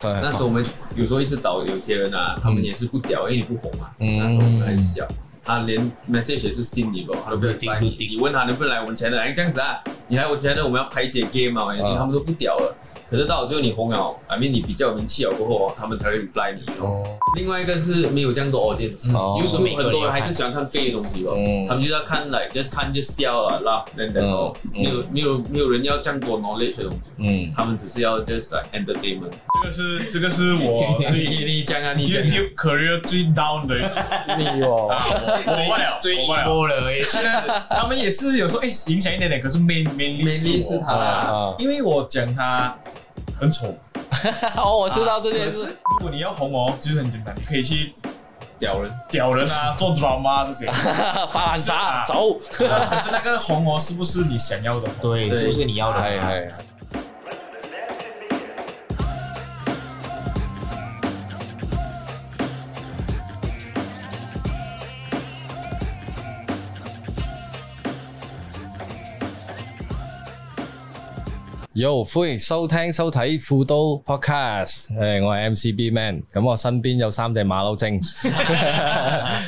太那时候我们有时候一直找有些人啊，他们也是不屌，因为你不红嘛。嗯哦那时候我们很小，他连 message 也是信你不，他都不要不一定理不你一。定你问他能不能来我们 channel，哎，这样子啊，你来我 channel 我们要拍一些 game 啊，啊他们都不屌了。可是到了最后你红了，I mean 你比较有名气了过后，他们才会 reply 你。哦，另外一个是没有这样多 audience，哦有时候很多没有人还是喜欢看废的东西吧哦嗯，嗯他们就要看 like just 看就笑啊 laugh，then that's all，嗯没有没有没有人要这样多 knowledge 的东西，嗯，他们只是要 just like entertainment。这个是这个是我 最你讲啊，你讲啊。 YouTube career 最 down 的一次，你哦，我忘了，最我忘了。 emo 了，也是虽然他们也是有时候哎影响一点点，可是 main main 力是他啦。啊，因为我讲他很丑。 哦，我知道这件可 事是。如果你要红哦，其实很简单，你可以去屌人，屌人啊，做 drama 这些。发烂啊渣，走。可是那个红哦，是不是你想要的？对，对是不是你要嗨的？嗨，Yo，歡迎收聽收睇富都 Podcast，誒，我係 MCB Man，咁我身邊有三隻馬騮精，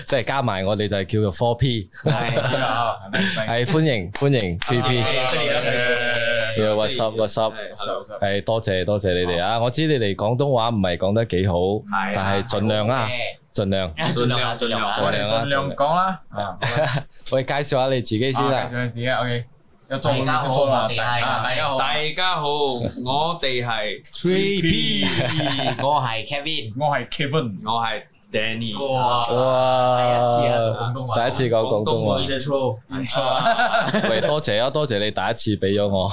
即係加埋我哋就係叫做 Four P，啊，係歡迎歡迎 GP。Yeah, what's up, what's up？系多謝多謝你哋啊！我知你哋廣東話唔係講得幾好，啊係但係盡量啦，啊盡量。盡量啊，盡量啊，盡我量哋啦盡量講啦。啊，喂，介紹下你自己先啊啦介。紹自己，OK。有做大家好做啦我哋係啊大家好，大家 好，我哋係 3P 我係 Kevin，我係 Kevin。 我係 Danny。哇，Dạ. 第一次啊做廣東哇！話第一次講廣東話， intro， 喂，多謝啊，多謝你第一次俾咗我。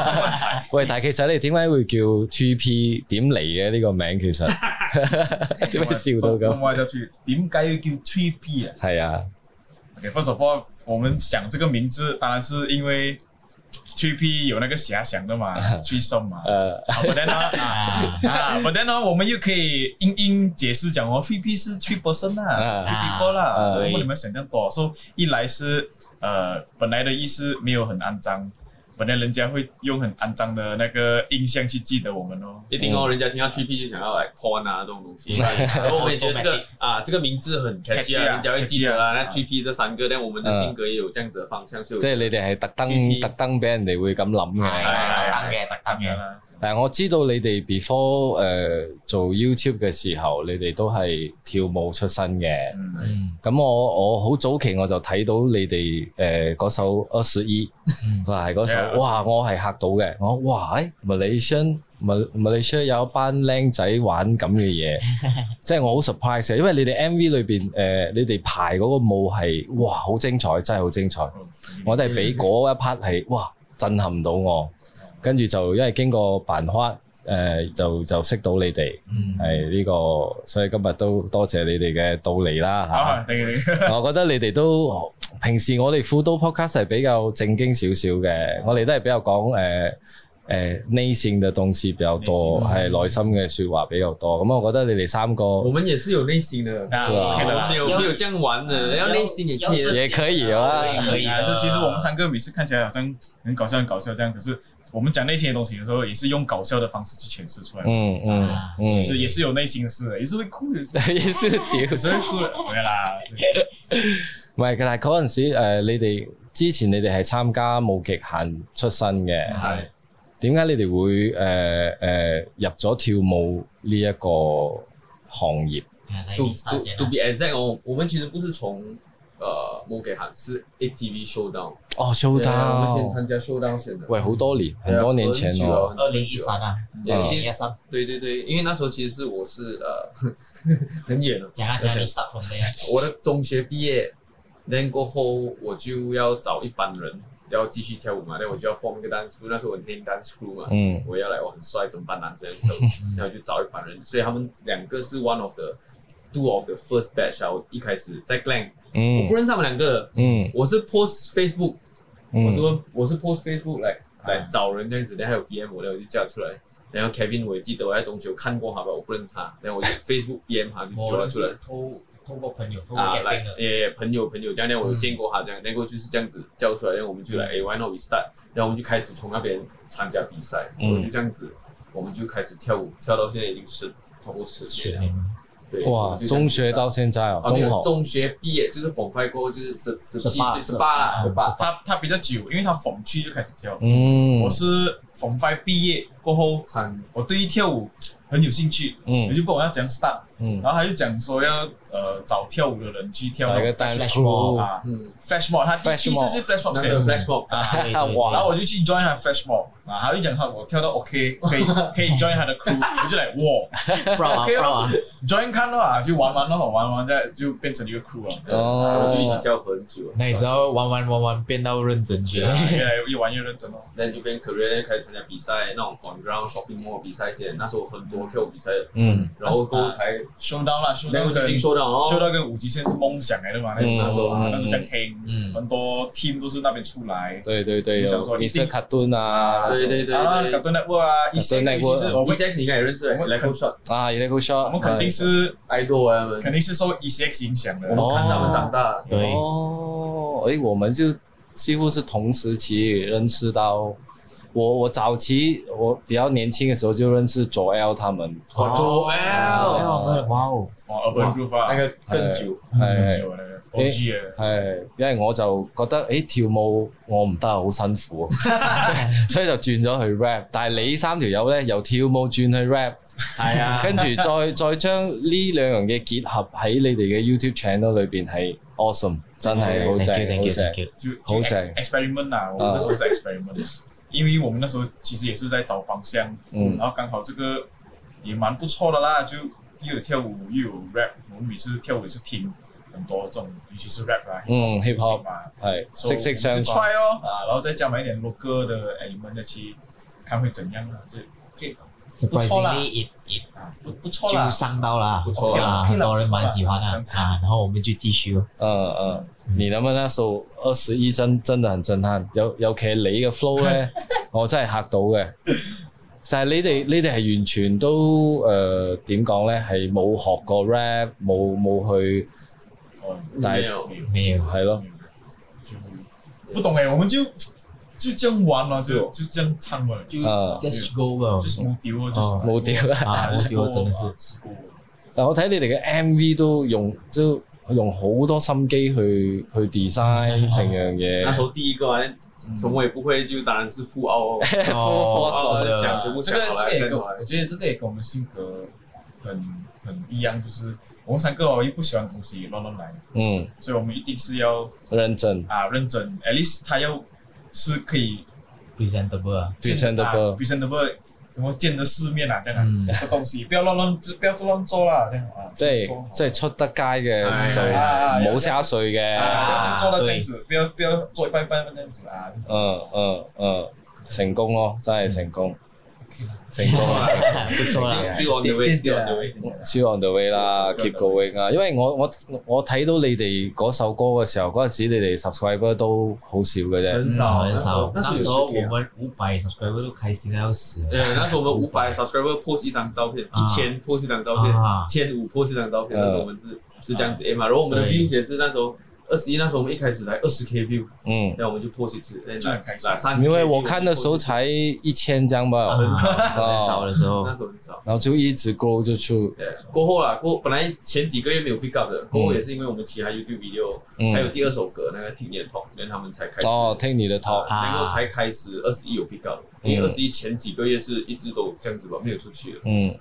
喂，但係其實你點解會叫 TP 點嚟嘅呢個名？其實點解笑到中 咁？外就去，點解要叫 Three P 啊係啊， ？OK，first、of all，我們想這個名字，當然是因為 Three P 有那個遐想的 嘛，Three Some 嘛。誒， 好，but then 呢，Dạ. 啊啊，but then 呢，我們又可以硬硬解釋講哦，Three P 是 Three Person 啦啊，Three People 啊啦，為什麼對你們想咁多？所以一來是呃本來的意思沒有很骯髒，本來人家會用很骯髒的那個印象去記得我們哦。一定哦，人家聽到 TP 就想要來 con 啊這種東 西，然後我也覺得這個啊這個名字很 catchy 啊，人家會記得啦。那 TP 這三個，但我們的性格也有這樣子的方向，所以即係你哋係特登 TP 特登俾人哋會咁諗係嘅。特登嘅，特登當然嘅，啦，但係我知道你哋 before 誒做 YouTube 嘅時候，你哋都係跳舞出身嘅。嗯。嗯，咁我我好早期我就睇到你哋誒嗰首二十一，嗯佢係嗰首 Yeah，哇！我係嚇到嘅，我哇誒 Malaysian 馬馬來西亞有一班僆仔玩咁嘅嘢，即係我好 surprise 嘅，因為你哋 MV 裏邊誒呃你哋排嗰個舞係哇好精彩，真係好精彩。我哋係俾嗰一 part 係哇震撼到我，跟住就因為經過辦花誒、呃就就識到你哋嗯係呢個，所以今日都多謝你哋嘅到嚟啦嚇。啊，對對對，我覺得你哋都平時我哋輔導 podcast 係比較正經少少嘅，我哋都係比較講誒誒內線嘅東西比較多，內係內心嘅説話比較多。咁我覺得你哋三個我們也是啊有內心的，啊是啊我 OK 的啦們有沒有這樣玩的？要內心也可以。也可以啊，可以呃啊的，是其实我们三个每次看起来好像很搞笑、很搞笑这样，可是我们讲内心的东西的时候，也是用搞笑的方式去诠释出来，嗯嗯嗯， 是也是有内心的事，也是会哭的，也也是屌。是会哭的，没有啦。唔係，但係嗰陣時誒，你哋之前你哋係參加無極限出身嘅，嗯 Dạ, 係點解你哋會誒誒、呃呃入咗跳舞呢一個行業？Dạ, To to to be exact 哦，我們其實不是從呃 m o g a 喊是 ATV Showdown，哦，show 對啊我們先啊 down，參加 Showdown 先的。喂，好多年，很多年前哦咯，二零一三啊，二零一三，对对对，因为那时候其实是我是呃 很远了，講下講下，你 start from there，我的中学毕业，然过后我就要找一班人要继续跳舞嘛，那我就要 form 一个 dance crew，那时候我很 hate dance crew 嘛，嗯我要来我很帅，怎么办男生要跳舞， 然后就找一班人，所以他们两个是 one of the two of the first batch 啊，我一开始在 Glen，嗯我不认识他们两个的，嗯我是 post Facebook，我是嗯，问我是 post Facebook 来来找人这样子，然后还有 PM 我的，我就叫出来。然后 Kevin 我也记得我在中学有看过他吧，我不认识他，然后我就 Facebook PM 他就叫我他出来是。偷透過朋友，透過啊，来 getting 的，也朋友朋友这样，然后我有见过他这嗯样，然后就是这样子叫出来，然后我们就来，哎，why not we start？然后我们就开始从那边参加比赛，嗯我就这样子我们就开始跳舞，跳到现在已经十超过十十 年了。年对，我哇，们就这样中子学到现在哦，啊中没有学中学毕业就是缝派过后就是十十七岁、 18十八啦、十八。他他比较久，因为他缝去就开始跳。嗯我是缝 f 毕业过后，参我对于跳舞很有兴趣，我嗯就问我要怎样 start，嗯，然后他就讲说要呃找跳舞的人去跳找那一个个 dance flash crew，啊嗯， flash mob，他第 Flash 第一次是 flash mob 那先个 flash mob 啊，对对对哇然后我就去 join 他 flash mob 啊，他就讲他我跳到 OK 可以可以 join 他的 crew，我就来哇 proud 啊 OK 咯 proud 啊， join 看咯啊，就玩玩咯，玩玩再就变成一个 crew 了，然后就一起哦，跳很久，那你知道玩玩玩玩变到认真去了对，啊越来越玩越认真咯。那就变 career 开始参加比赛，那种 on ground shopping mall 比赛先，那时候很多跳舞比赛，嗯然后过后才 showdown 啦那，showdown 个就已跟经说嗯到哦， showdown 跟五级线是梦想来的嘛，那时候啊，那时候讲 king。嗯，很多 team 都是那边出来。对对对，我想有说一 Mr. 定 Cartoon 啊，对对对啊对 c a r t o n Network 啊，一 Cartoon 些尤其 Network 是啊我对，们一，些你应该也认识我们，Level Shot 啊 e l e c t r o Shot，我们肯定是 idol 啊，我们肯定是受 ECX 影响的。哎我们看他们长大，嗯对，哦，诶，我们就几乎是同时期认识到。我我早期我比较年轻的时候就认识左 L 他们，哦哦，Joel 哇哦，哇，Urban Groove 啊，那个哎更久，嗯很係久那个 OG 啊，係，哎因為我就覺得誒跳舞我唔得啊，好辛苦 啊，所以所以就轉咗去 rap。但係你三條友咧由跳舞轉去 rap，係啊跟住再 再將呢兩樣嘢結合喺你哋嘅 YouTube channel 裏邊係 awesome，真係哎好 Thank you, 正哎嗯 thank 好 you, 正 thank。you 就就好正 ex- experiment 啊，我们那时候是 experiment，因为我们那时候其实也是在找方向，嗯然后刚好这个也蛮不错的啦，就又有跳舞又有 rap，我们每次跳舞也是听很多这种，尤其是 rap 啊嗯，hip hop 啊。係 So，息息我相们就關。 try 哦啊，然后再加埋一点 local 的 element 再去看会怎样啦，就 OK 不错啦，surprisingly it it 啊，不不错啦就，上到啦，不错啊，啦很多人蛮喜欢的这样子啊，然后我们就继续哦，嗯嗯，你諗下那首二十一真真係很震撼，尤尤其係你嘅 flow 咧，我真係嚇到嘅。但係你哋你哋係完全都誒點講咧？係冇學過 rap，冇冇去哦，但係沒有没有没有，係咯。就不懂哎，我们就就这样玩了，就就这样唱了，就就啊 just go 了，是冇丢哦，哦就是冇掉啦。啊，我就是丢了真的是，是过，但我睇你哋嘅 MV 都用都用好多心機去去 design 成樣那时嘢。候第一个啊，什么也不会，就当然是富澳哦， Full 哦 force 哦想全部这想个好这来个也跟跟好来我，觉得这个也跟我们性格很很一样，就是我们三个哦又不喜欢东西乱乱来， 嗯，所以我们一定是要認真啊认真，at least 他要是可以 presentable 啊，见 presentable 啊 presentable，什么见的世面啊这样啊，嗯，这东西不要乱乱不要乱做啦这样啊，即係即係出得街嘅係就啊啊唔好沙碎啊嘅。不要去做到这样子，不要不要做一半一半这样子啊，就是嗯嗯嗯，成功咯，真係成功，成功不錯 啦不错啦， ，still on the 一 way，still 点 on the 的 way。一点的超 on the way 啦 Still on ，keep the going 啊！因為我我我睇到你哋嗰首歌嘅時候，嗰陣時你哋 subscriber 都好少嘅啫。很嗯少，很少，那那时时候候有我10 K 啊们五百 subscriber 都开心的要死啊了呃，那时候我们五百 subscriber post 一张照片，啊一千 post 一张照片，啊，千五 post 一张照片，嗯那时候我们是是这样子 A 嘛，然后我们的对 view 也是那时候二十一，那时候我们一开始来二十 K view，嗯，然后我们就 post 一次，哎就很来开心来三十，因為我看的時候才一千張 吧。哦啊很少很少的时候那，时候很少。然后就一直 grow 就出，对，过后啦，过后本来前几个月没有 pick up 的，过后也是因为我们其他 YouTube video，、还有嗯，第二首歌那个听点头，所以他们才开始哦，听你的 talk，啊然后才开始二十一有 pick up，因为二十一前几个月是一直都这样子吧，没有出去的。嗯，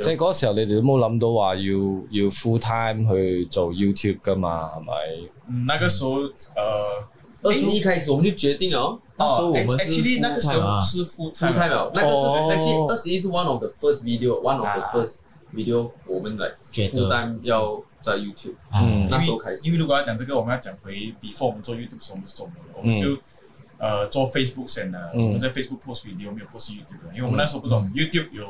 即系嗰時候你哋都冇諗到話要要 full time 去做 YouTube 噶嘛，係咪？嗯，那个时候呃，二十一开始我们就决定了哦，那时候我们是 act- 哎 actually full 那个时 time 啊候是 full full time 了，那个哦是 actually 二十一是 one of the first video，one of the first video 我们来觉 full 得 time 要在 YouTube，啊嗯那时候开始因为如果要讲这个，我们要讲回 before 我们做 YouTube 的时候我们是做什么的，我们就、呃做 Facebook 先的，嗯我们在 Facebook post video 没有 post YouTube 的，因为我们那时候不懂、YouTube 有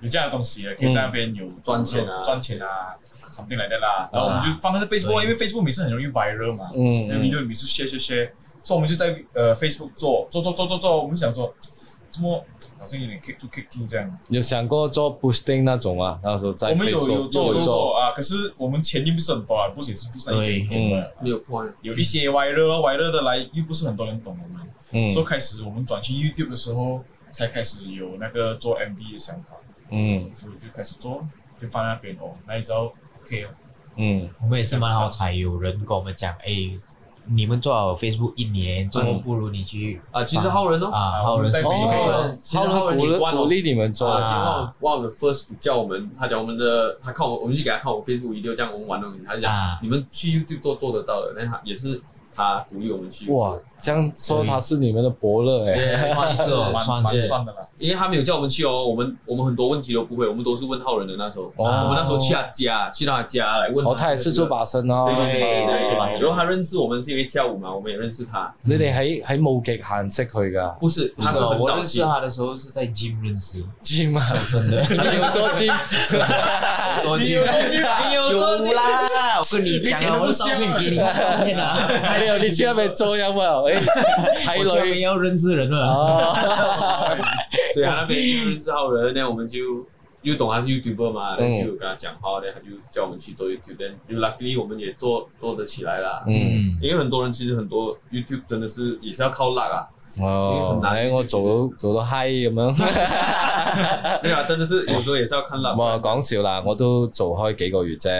有这样的东西的，啊可以在那边有赚钱啊赚钱啊，something like that 啦。然后我们就放在 Facebook，、对因为 Facebook 每次很容易 viral 嘛，嗯那、video 每次 share share share，所以我们就在呃 Facebook 做做做做做做，我们想说。怎么好像有点 kick 住 kick 住这样？有想過做 boosting 那種啊？那時候在我们有有 Facebook 做有做，啊，可是我们钱又不是很多啊，不是也是不是很对多的。没有 point。有一些歪热咯，歪热的来又不是很多人懂我们，嗯所以开始我们转去 YouTube 的时候，才开始有那个做 MV 的想法，嗯所以就开始做，就放在那边哦，那一招 OK 哦，嗯我们也是蛮好彩，有人跟我们讲，哎，你们做好 Facebook 一年，怎么不如你去啊，其实浩仁哦，啊，好人在做自己好可以人哦好了，鼓励鼓励你们做，啊，啊，One of the first 叫我们，他讲我们的，他看我，我们去给他看我 Facebook video，这样我们玩的东西，他就讲、啊你们去 YouTube 做做得到的，那他也是他鼓励我们去，哇，这样说他是你们的伯乐哎，对，算是哦， 蛮算蛮是算的啦。因为他没有叫我们去哦，我们我们很多问题都不会，我们都是问浩仁的那时候，哦啊我们那时候去他家，去到他家来问哦，他也是做把身咯，对对对对哦对做把对，式然后他认识我们是因为跳舞嘛，我们也认识他，你哋喺喺冇極限識佢噶不是，他是是哦很我早认期识，他的时候是在 gym 认识， gym 啊，真的你有做 gym，做 gym 有啦，我跟你讲啊，我上面给你看照片啊，还有你去那邊做有 冇？哎，睇 我专门女要认识人啊啊了。哦， 所以他那边就认识浩仁，那我们就又懂他是 YouTuber 嘛，嗯然后就跟他讲话，然后他就叫我们去做 YouTube，然后 luckily 我们也做做得起来啦。嗯。嗯，因为很多人其实很多 YouTube 真的是也是要靠 luck 啊，哦，哎，我做到做到嗨咁樣，对啊，真的是有时候也是要看 luck 唔。係啊講笑啦，我都做開幾個月啫，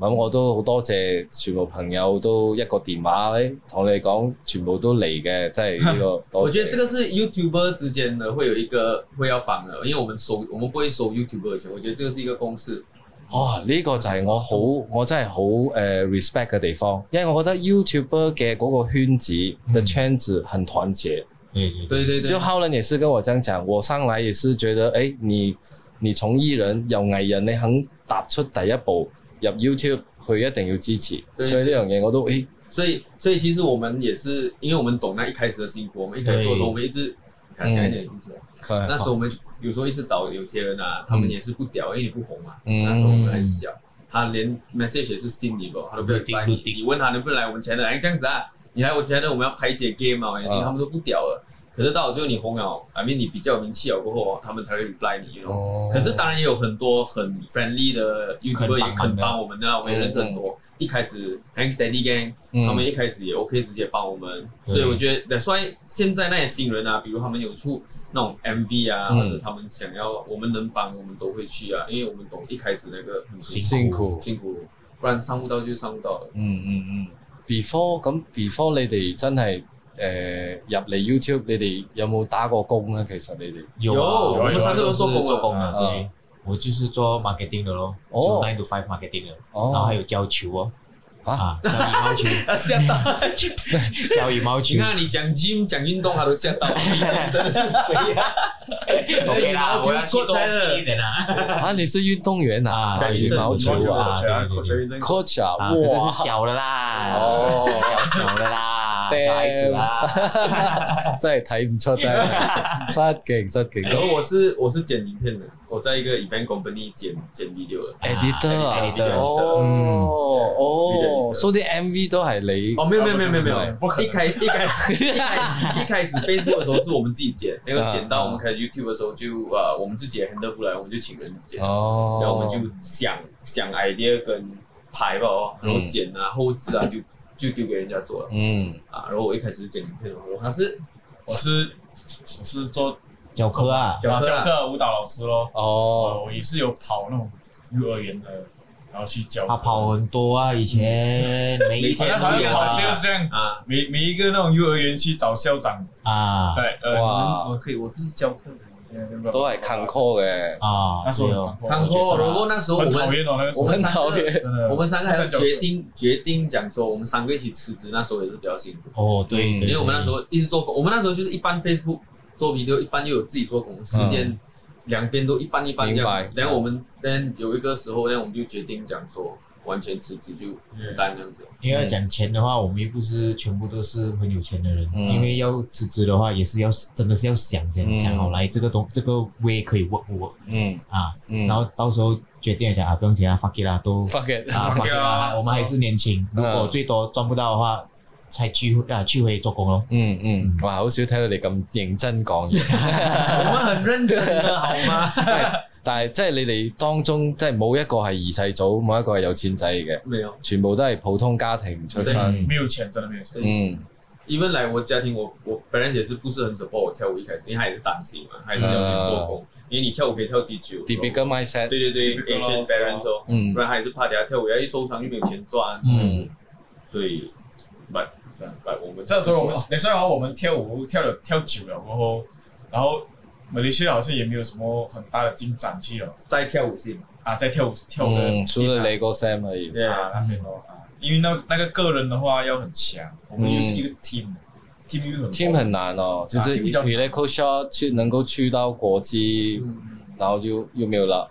咁啊我都好多謝全部朋友都一個電話，哎同你講全部都嚟嘅，真 係呢個多謝。我覺得這個是 YouTuber 之間的会有一个会要绑的，因为我们收我们不会收 YouTuber 的钱，我觉得这个是一个公式。哦，呢、個就係我好，我真係好誒、呃 respect 嘅地方，因為我覺得 YouTuber 嘅嗰個圈子嗯嘅圈子很團結。对对对，对对就对，浩仁也是跟我這樣講，我上來也是覺得，誒、你你從藝人由藝人，你肯踏出第一步入 YouTube，佢一定要支持。對所以呢樣嘢我都誒、欸所以所以其实我们也是，因为我们懂那一开始的辛苦，我们一开始做的时候，对我们一直讲讲一点故事啊。哎那时候我们有时候一直找有些人啊，他们也是不屌，因为你不红嘛。嗯那时候我们很小，他连 message 也是信你不，他都不会不一定来不你一。定你问他能不能来我们 channel，哎，这样子啊，你来我 channel，我们要拍一些 game 啊，啊他们都不屌了。可是到了最后你红了，I mean 你比较有名气了过后，他们才会 reply 你，you know。哦可是当然也有很多很 friendly 的 YouTuber 也肯帮我们的啊，我们也认识很多。一开始 Hank Steady Gang，他嗯们一开始也 OK 直接帮我们，对所以我觉得，所以现在那些新人啊，比如他们有出那种 MV 啊，嗯或者他们想要我们能帮，我们都会去啊，因为我们懂一开始那个很辛苦，辛苦，不然上不到就上不到了。嗯嗯嗯。Before 咁 Before 你哋真係誒、呃入嚟 YouTube，你哋有冇打過工啊咧？其實你哋有有啊我们三我个都都做是工了做工的，啊对，我就是做 marketing 的咯，哦就 nine to five marketing 的，哦然后还有教球哦，啊啊，教羽毛球，啊，吓到！教羽毛 你球看你讲 gym 讲运动，他都吓到， 你真的是肥啊！ ，OK 哎啦，羽毛球我要去做做菜了哎一点啊，啊，你是运动员啊，啊打羽毛球运动啊员啊，对对对，coach 啊，啊，可是哇，是小的啦，哦小的啦， Damn 小孩子啦，真係睇唔出咧，失勁失勁然后我是我是剪影片的，我在一个 event company 剪剪 video 的。 ，editor 啊， editor，嗯哦哦， editor 所以啲 MV 都係你，哦，没有没有没有没有没不是有，不可能一开一开一开 一开始 Facebook 的时候是我们自己剪，那个剪到我们开始 YouTube 的时候就呃我们自己也 handle 不来，我们就请人剪，然哦，后我们就想想 idea 跟排吧哦，然后嗯剪啊后置啊就就丢给人家做了嗯啊，然后我一开始是剪影片的，我他是我是我是做教科啊，教教课啊课舞蹈老师咯，哦，我也是有跑那种幼儿园的，然后去教他跑很多啊，以前每一好天像都好有像啊跑 sales 这样，啊每每一个那种幼儿园去找校长，啊对，呃，哇你们我可以，我是教课的，都係 c o n c o 嘅，啊，那时候对哦很然坎坷后然后那时候我很讨们厌哦，那个时我候们很三討个厭真的，我们三个还不是是教决定决定讲说我们三个一起辞职，那时候也是比较辛苦。哦，对，嗯对因为我们那时候一直做工，我们那时候就是一般 Facebook 做 video，一般又有自己做工，时间两边都一半一半嗯这明样白。然后我们嗯有一个时候呢，我们就决定讲说完全辞职就对孤单这样 子。因为要讲钱的话，我们又不是全部都是很有钱的人，嗯因为要辞职的话，也是要真的是要想想、嗯想好来这个东这个 way 可以 work 不 work 嗯啊，嗯，然后到时候决定一下啊，不用钱啊，fuck it 啦，都 fuck it，啊 fuck fuck it it 啦啦，我们还是年轻，如果最多赚不到的话，才去啊去回做工咯。嗯嗯，哇，好少睇到你咁認真講嘢。 我们很认真的好吗？ 但係即係你哋當中，即係冇一個係二世祖，冇一個係有錢仔嘅，没有，全部都係普通家庭唔出身。嗯没有钱，真的没有钱，嗯， even 来我家庭，我我本人也是不是很 support 我跳舞一开始，因为他也是担心嘛，他也是叫我去做工，嗯因为你跳舞可以跳几久 d e b i g e r mindset，对对对 Typical ，Asian parents 哦，嗯不然他也是怕等下跳舞要一受伤就没有钱赚，嗯，所以，but but 我们这时候我们，那时候我们跳舞跳了跳久了过后，然后马来西亚好像也没有什么很大的进展去了再跳舞先，啊，在跳舞跳舞嗯，的除戏了啊雷 e Sam 而已，对啊那边咯啊，因为那那个个人的话要很强，我们又是一个 team，team 又很嗯 team 很难哦，就是 team 你比较难 l e c o shot 去能够去到国际，然后就又没有了。啊嗯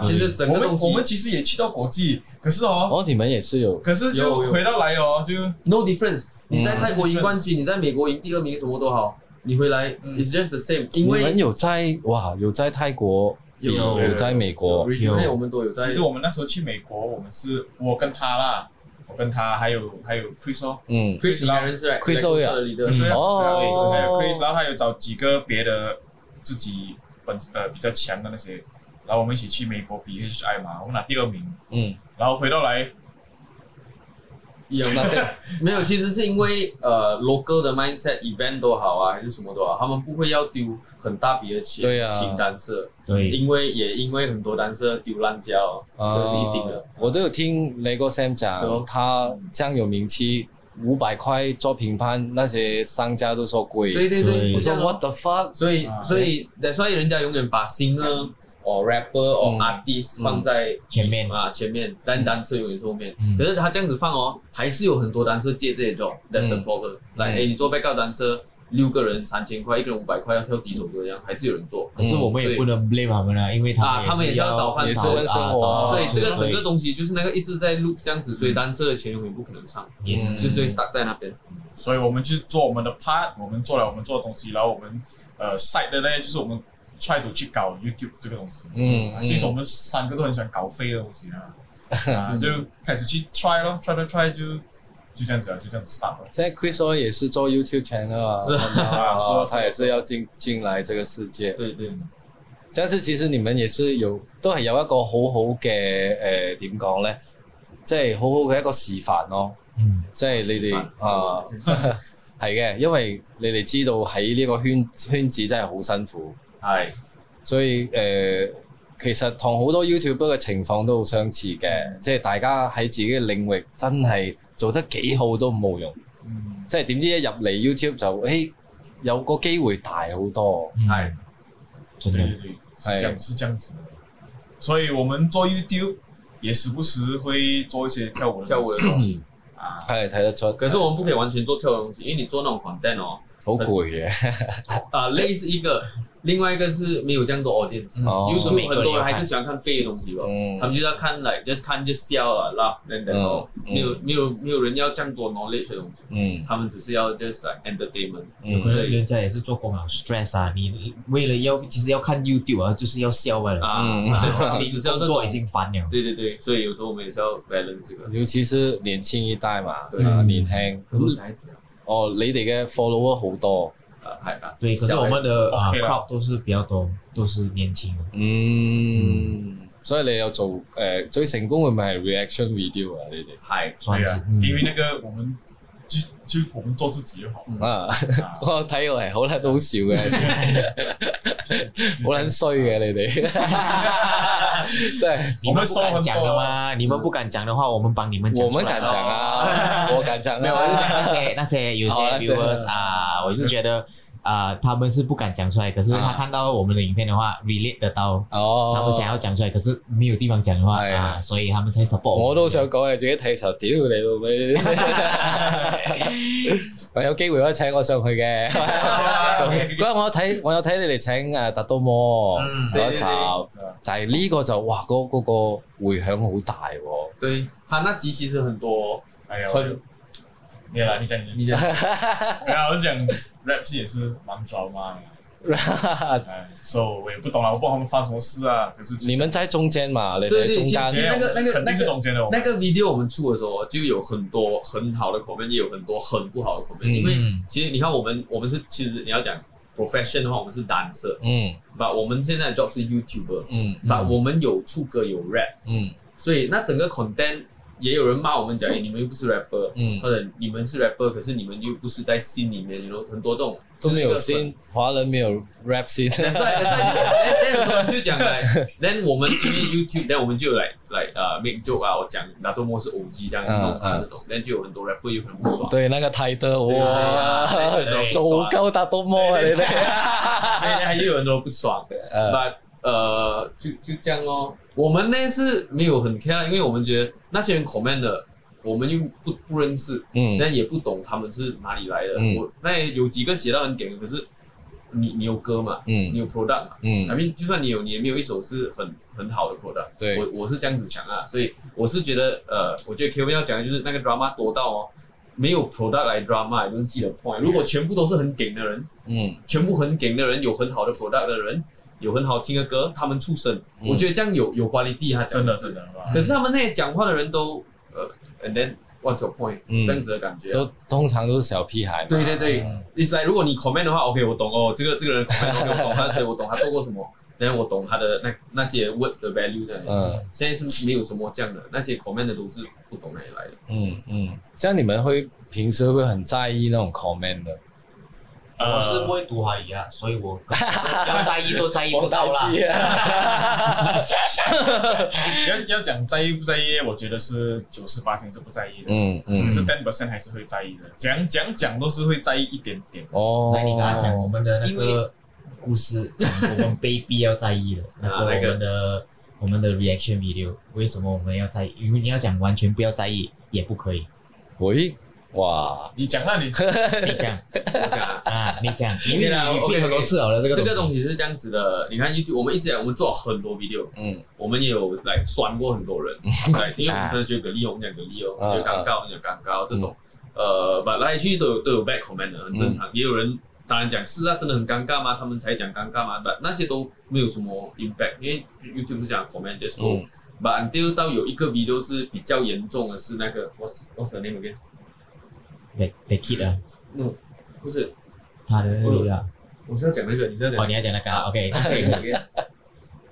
其实整我个们东西我们其实也去到国际，可是哦，哦，你们也是有，可是就有有回到来哦，就 no difference，嗯你在泰国赢冠军，你在美国赢第二名，什么都好，你回来嗯 it's just the same，你因们为有在哇，有在泰国，有有有在美国， region 内我们都有在其，实我们那时候去美国，我们是我跟他啦，我跟他还有还有 Chris 哦，嗯 Chris 啦 Lawrence 来 Chris 来公司 Oya 的 leader，嗯所以哦还有 Chris，然后他有找几个别的自己本呃比较强的那些，然后我们一起去美国比 HI 嘛，我们拿第二名，嗯，然后回到来有那对，没有？其实是因为呃，local 的 mindset event 都好啊，还是什么都好，他们不会要丢很大笔的钱对啊请单色，对，因为也因为很多单色丢烂交，哦这是一定的。呃我都有听雷 e Sam 对讲哦，他这样有名气，五百块做评判，那些商家都说对贵。对对，对是我这说样 What 哦。 the fuck？所以啊所以，所以人家永远把 singer or rapper or 嗯 artist 嗯放在嗯前面啊前面，但单车永远是后面嗯。可是他这样子放哦，还是有很多单车借这些 job。That's the 嗯 problem。来，嗯哎，你做 backup 单车，六个人三千块，一个人五百块，要跳几首歌这样，还是有人做。嗯可是我们也不能 blame 他们啊，因为啊他他们们也是是要要找饭也是吃要跟生活啊啊所以这个对整个东西就是那个一直在录这样子，所嗯以单车的钱永远不可能上，也嗯是就是会 stuck 在那边。 所以我们去做我们的 part，我们做了我们做的东西，然后我们呃 side 的呢，就是我们 try to 去搞 YouTube 这个东西。嗯啊，嗯其实我们三个都很喜欢搞飞的东西 啊，啊，就开始去 try 咯，try try try 就就这样子啊了，就这样子 start 了。现在 Chris O 也是做 YouTube channel 啊，是很好啊是啊是啊他也是要进进来这个世界。对对，嗯但是其實你們亦是有都係有一個好好嘅誒呃點講咧，即係好好嘅一個示範咯。嗯，即係你哋啊，係嘅，因為你哋知道喺呢個圈圈子真係好辛苦，係所以誒、呃其實同好多 YouTuber 嘅情況都好相似嘅，即係大家喺自己嘅領域真係做得幾好都冇用，嗯，即係點知一入嚟 YouTube 就誒、欸有個機會大好多，嗯係，真对的对对，是这哎样是这样子的。所以我们做 YouTube 也时不时会做一些跳舞的跳舞东的西 東西。啊，係睇得出，可是我们不可以完全做跳舞的东西，因為你做那種 content 哦，好攰嘅。啊，累是一个，另外一个是没有这样多 audience。哦 YouTube 很多人嗯还是喜欢看废的东西吧，嗯他们就要看 like just 看就笑啊 laugh and that's all，嗯没有没有没有人要这样多 knowledge 的东西，嗯他们只是要 just like entertainment。可嗯是人家也是做工啊，stress 啊，你为了要其实要看 YouTube 啊，就是要笑罢了，啊嗯，啊你你只是要工这作种已。经烦了，对对对，所以有时候我们也是要 balance 这个。尤其是年輕一代嘛，對啊年輕很多小孩子啊，哦，你哋嘅 follower 好多，啊，还啊，对，可是小我孩子们的啊 OK 啦 crowd 都是比较多，都是年轻的，嗯，所以你有做誒、呃最成功嘅咪係 reaction video 啊，你哋还算对是啊，，嗯因为那个我们就就我们做自己就好了啊，。啊 我睇落嚟好撚好笑 嘅，好撚衰嘅 你哋，真係你们不敢讲的吗？你们不敢讲的话，我们帮你们讲我出們来敢。講 啊，我敢講没有，我是讲啊，那些那些有些 哦那些 viewers 啊，我是觉得啊，他们是不敢讲出来，可是他啊看到我们的影片的话，relate 得到。哦，他们想要讲出来，可是没有地方讲的话哎呀啊，所以他们才 support 我我都想講嘅，自己睇嘅時候，屌你老 味！我有機會可以請我上去 嘅。 嗰日我睇我有睇你哋請誒達多摩嗯嗰一集對對對，但係呢個就哇嗰嗰個迴響好大 喎。 对他那集其实很多，哎呀，很没有啦，你讲你讲你讲，没有啦，我是讲 rap 戏也是蛮 drama 的。哎，所以我也不懂了，我不懂他们发生什么事啊。可是就你们在中間嘛？你哋對喺對中这間其實样那个那个肯定是中间的，我那们个 video 我们出的时候就有很多很好的 comment，也有很多很不好的 comment，、嗯因为 嗯，其实你看我们我们是其实你要讲 profession 的话，我们是 dancer，嗯把我们现在的 job 是 YouTuber，嗯把、我们有出歌有 rap，嗯所以那整个 content 也有人骂我们讲，哎，你们又不是 rapper，嗯，或者你们是 rapper，可是你们又不是在心里面，有很多 这种都没有先，华人没有 rap 先， that's why that's why 就 then then 我们就讲来 then 我们因为 YouTube then 我们就来来呃 make joke 啊，我讲拿多莫是 OG 这样嗯弄啊嗯这种，then 就有很多 rapper 有很不爽，對那個泰德，哇，哇做鳩達到魔啊你哋，还又有很多不爽誒，but 呃就就这样咯。我们呢是没有很 care，因为我们觉得那些人 comment 的，我们又不不认识，嗯但也不懂他们是哪里来的。嗯我那有几个写到很点，可是你你有歌嘛，你嗯有 product 嘛，I 嗯， mean 就算你有，你也没有一首是很很好的 product。對，我我是这样子想啊，所以我是觉得呃，我觉得 Kevin 要讲的就是那个 drama 多到哦，没有 product 来 drama，I don't see the point。如果全部都是很顶的人，嗯全部很顶的人，有很好的 product 的人，有很好听的歌，他们出身，嗯我觉得这样有有 quality 他真的真的哇可是他们那些讲话的人都呃，and then what's your point？、嗯这样子的感觉啊、都通常都是小屁孩嘛，对对对嗯，意思来，如果你 comment 的话，OK，我懂哦，这个这个人 comment 我懂他是谁，我懂他做过什么，然后我懂他的那那些 words 的 value 在哪里。嗯现在是没有什么这样的，那些 comment 的都是不懂哪里来的。嗯嗯，这样你们会平时会不会很在意那种 comment 的？我是呃不会读华语啊，所以 我要在意都在意不到啦。啊，要要讲在意不在意，我觉得是九十八是不在意的，嗯嗯可，是 ten percent 还是会在意的，讲讲讲都是会在意一点点。哦，在你跟他讲我们的那因为个故事，我们被必要在意的，那个啊那我个们的我们的 reaction video，为什么我们要在意？因为你要讲完全不要在意也不可以，喂，哇，你讲那你 你讲我讲啊啊，你讲，因为 OK 啦你 OK，OK 变很多次好了这个这个西东西是这样子的，你看 YouTube，我们一直讲我们做了很多 video，嗯我们也有来酸过很 多人，来，因为我们真的觉得蛤蜊，我们讲蛤蜊啊哦，就尴尬，我们讲尴尬这种，呃，本来去都有都有 bad comment 嗯的，很正常。也有人当然讲是啊，真的很尴尬吗？他们才讲尴尬吗？但那些都没有什么 impact，因为 YouTube 是讲 comment just go。嗯 But until 到有一个 video 是比较严重的是那个 what's what's the name again？ the the kid 啊，嗯，不是，他的那个啊，我是要讲那个，你是要哦，讲你要讲那个啊，OK，那个？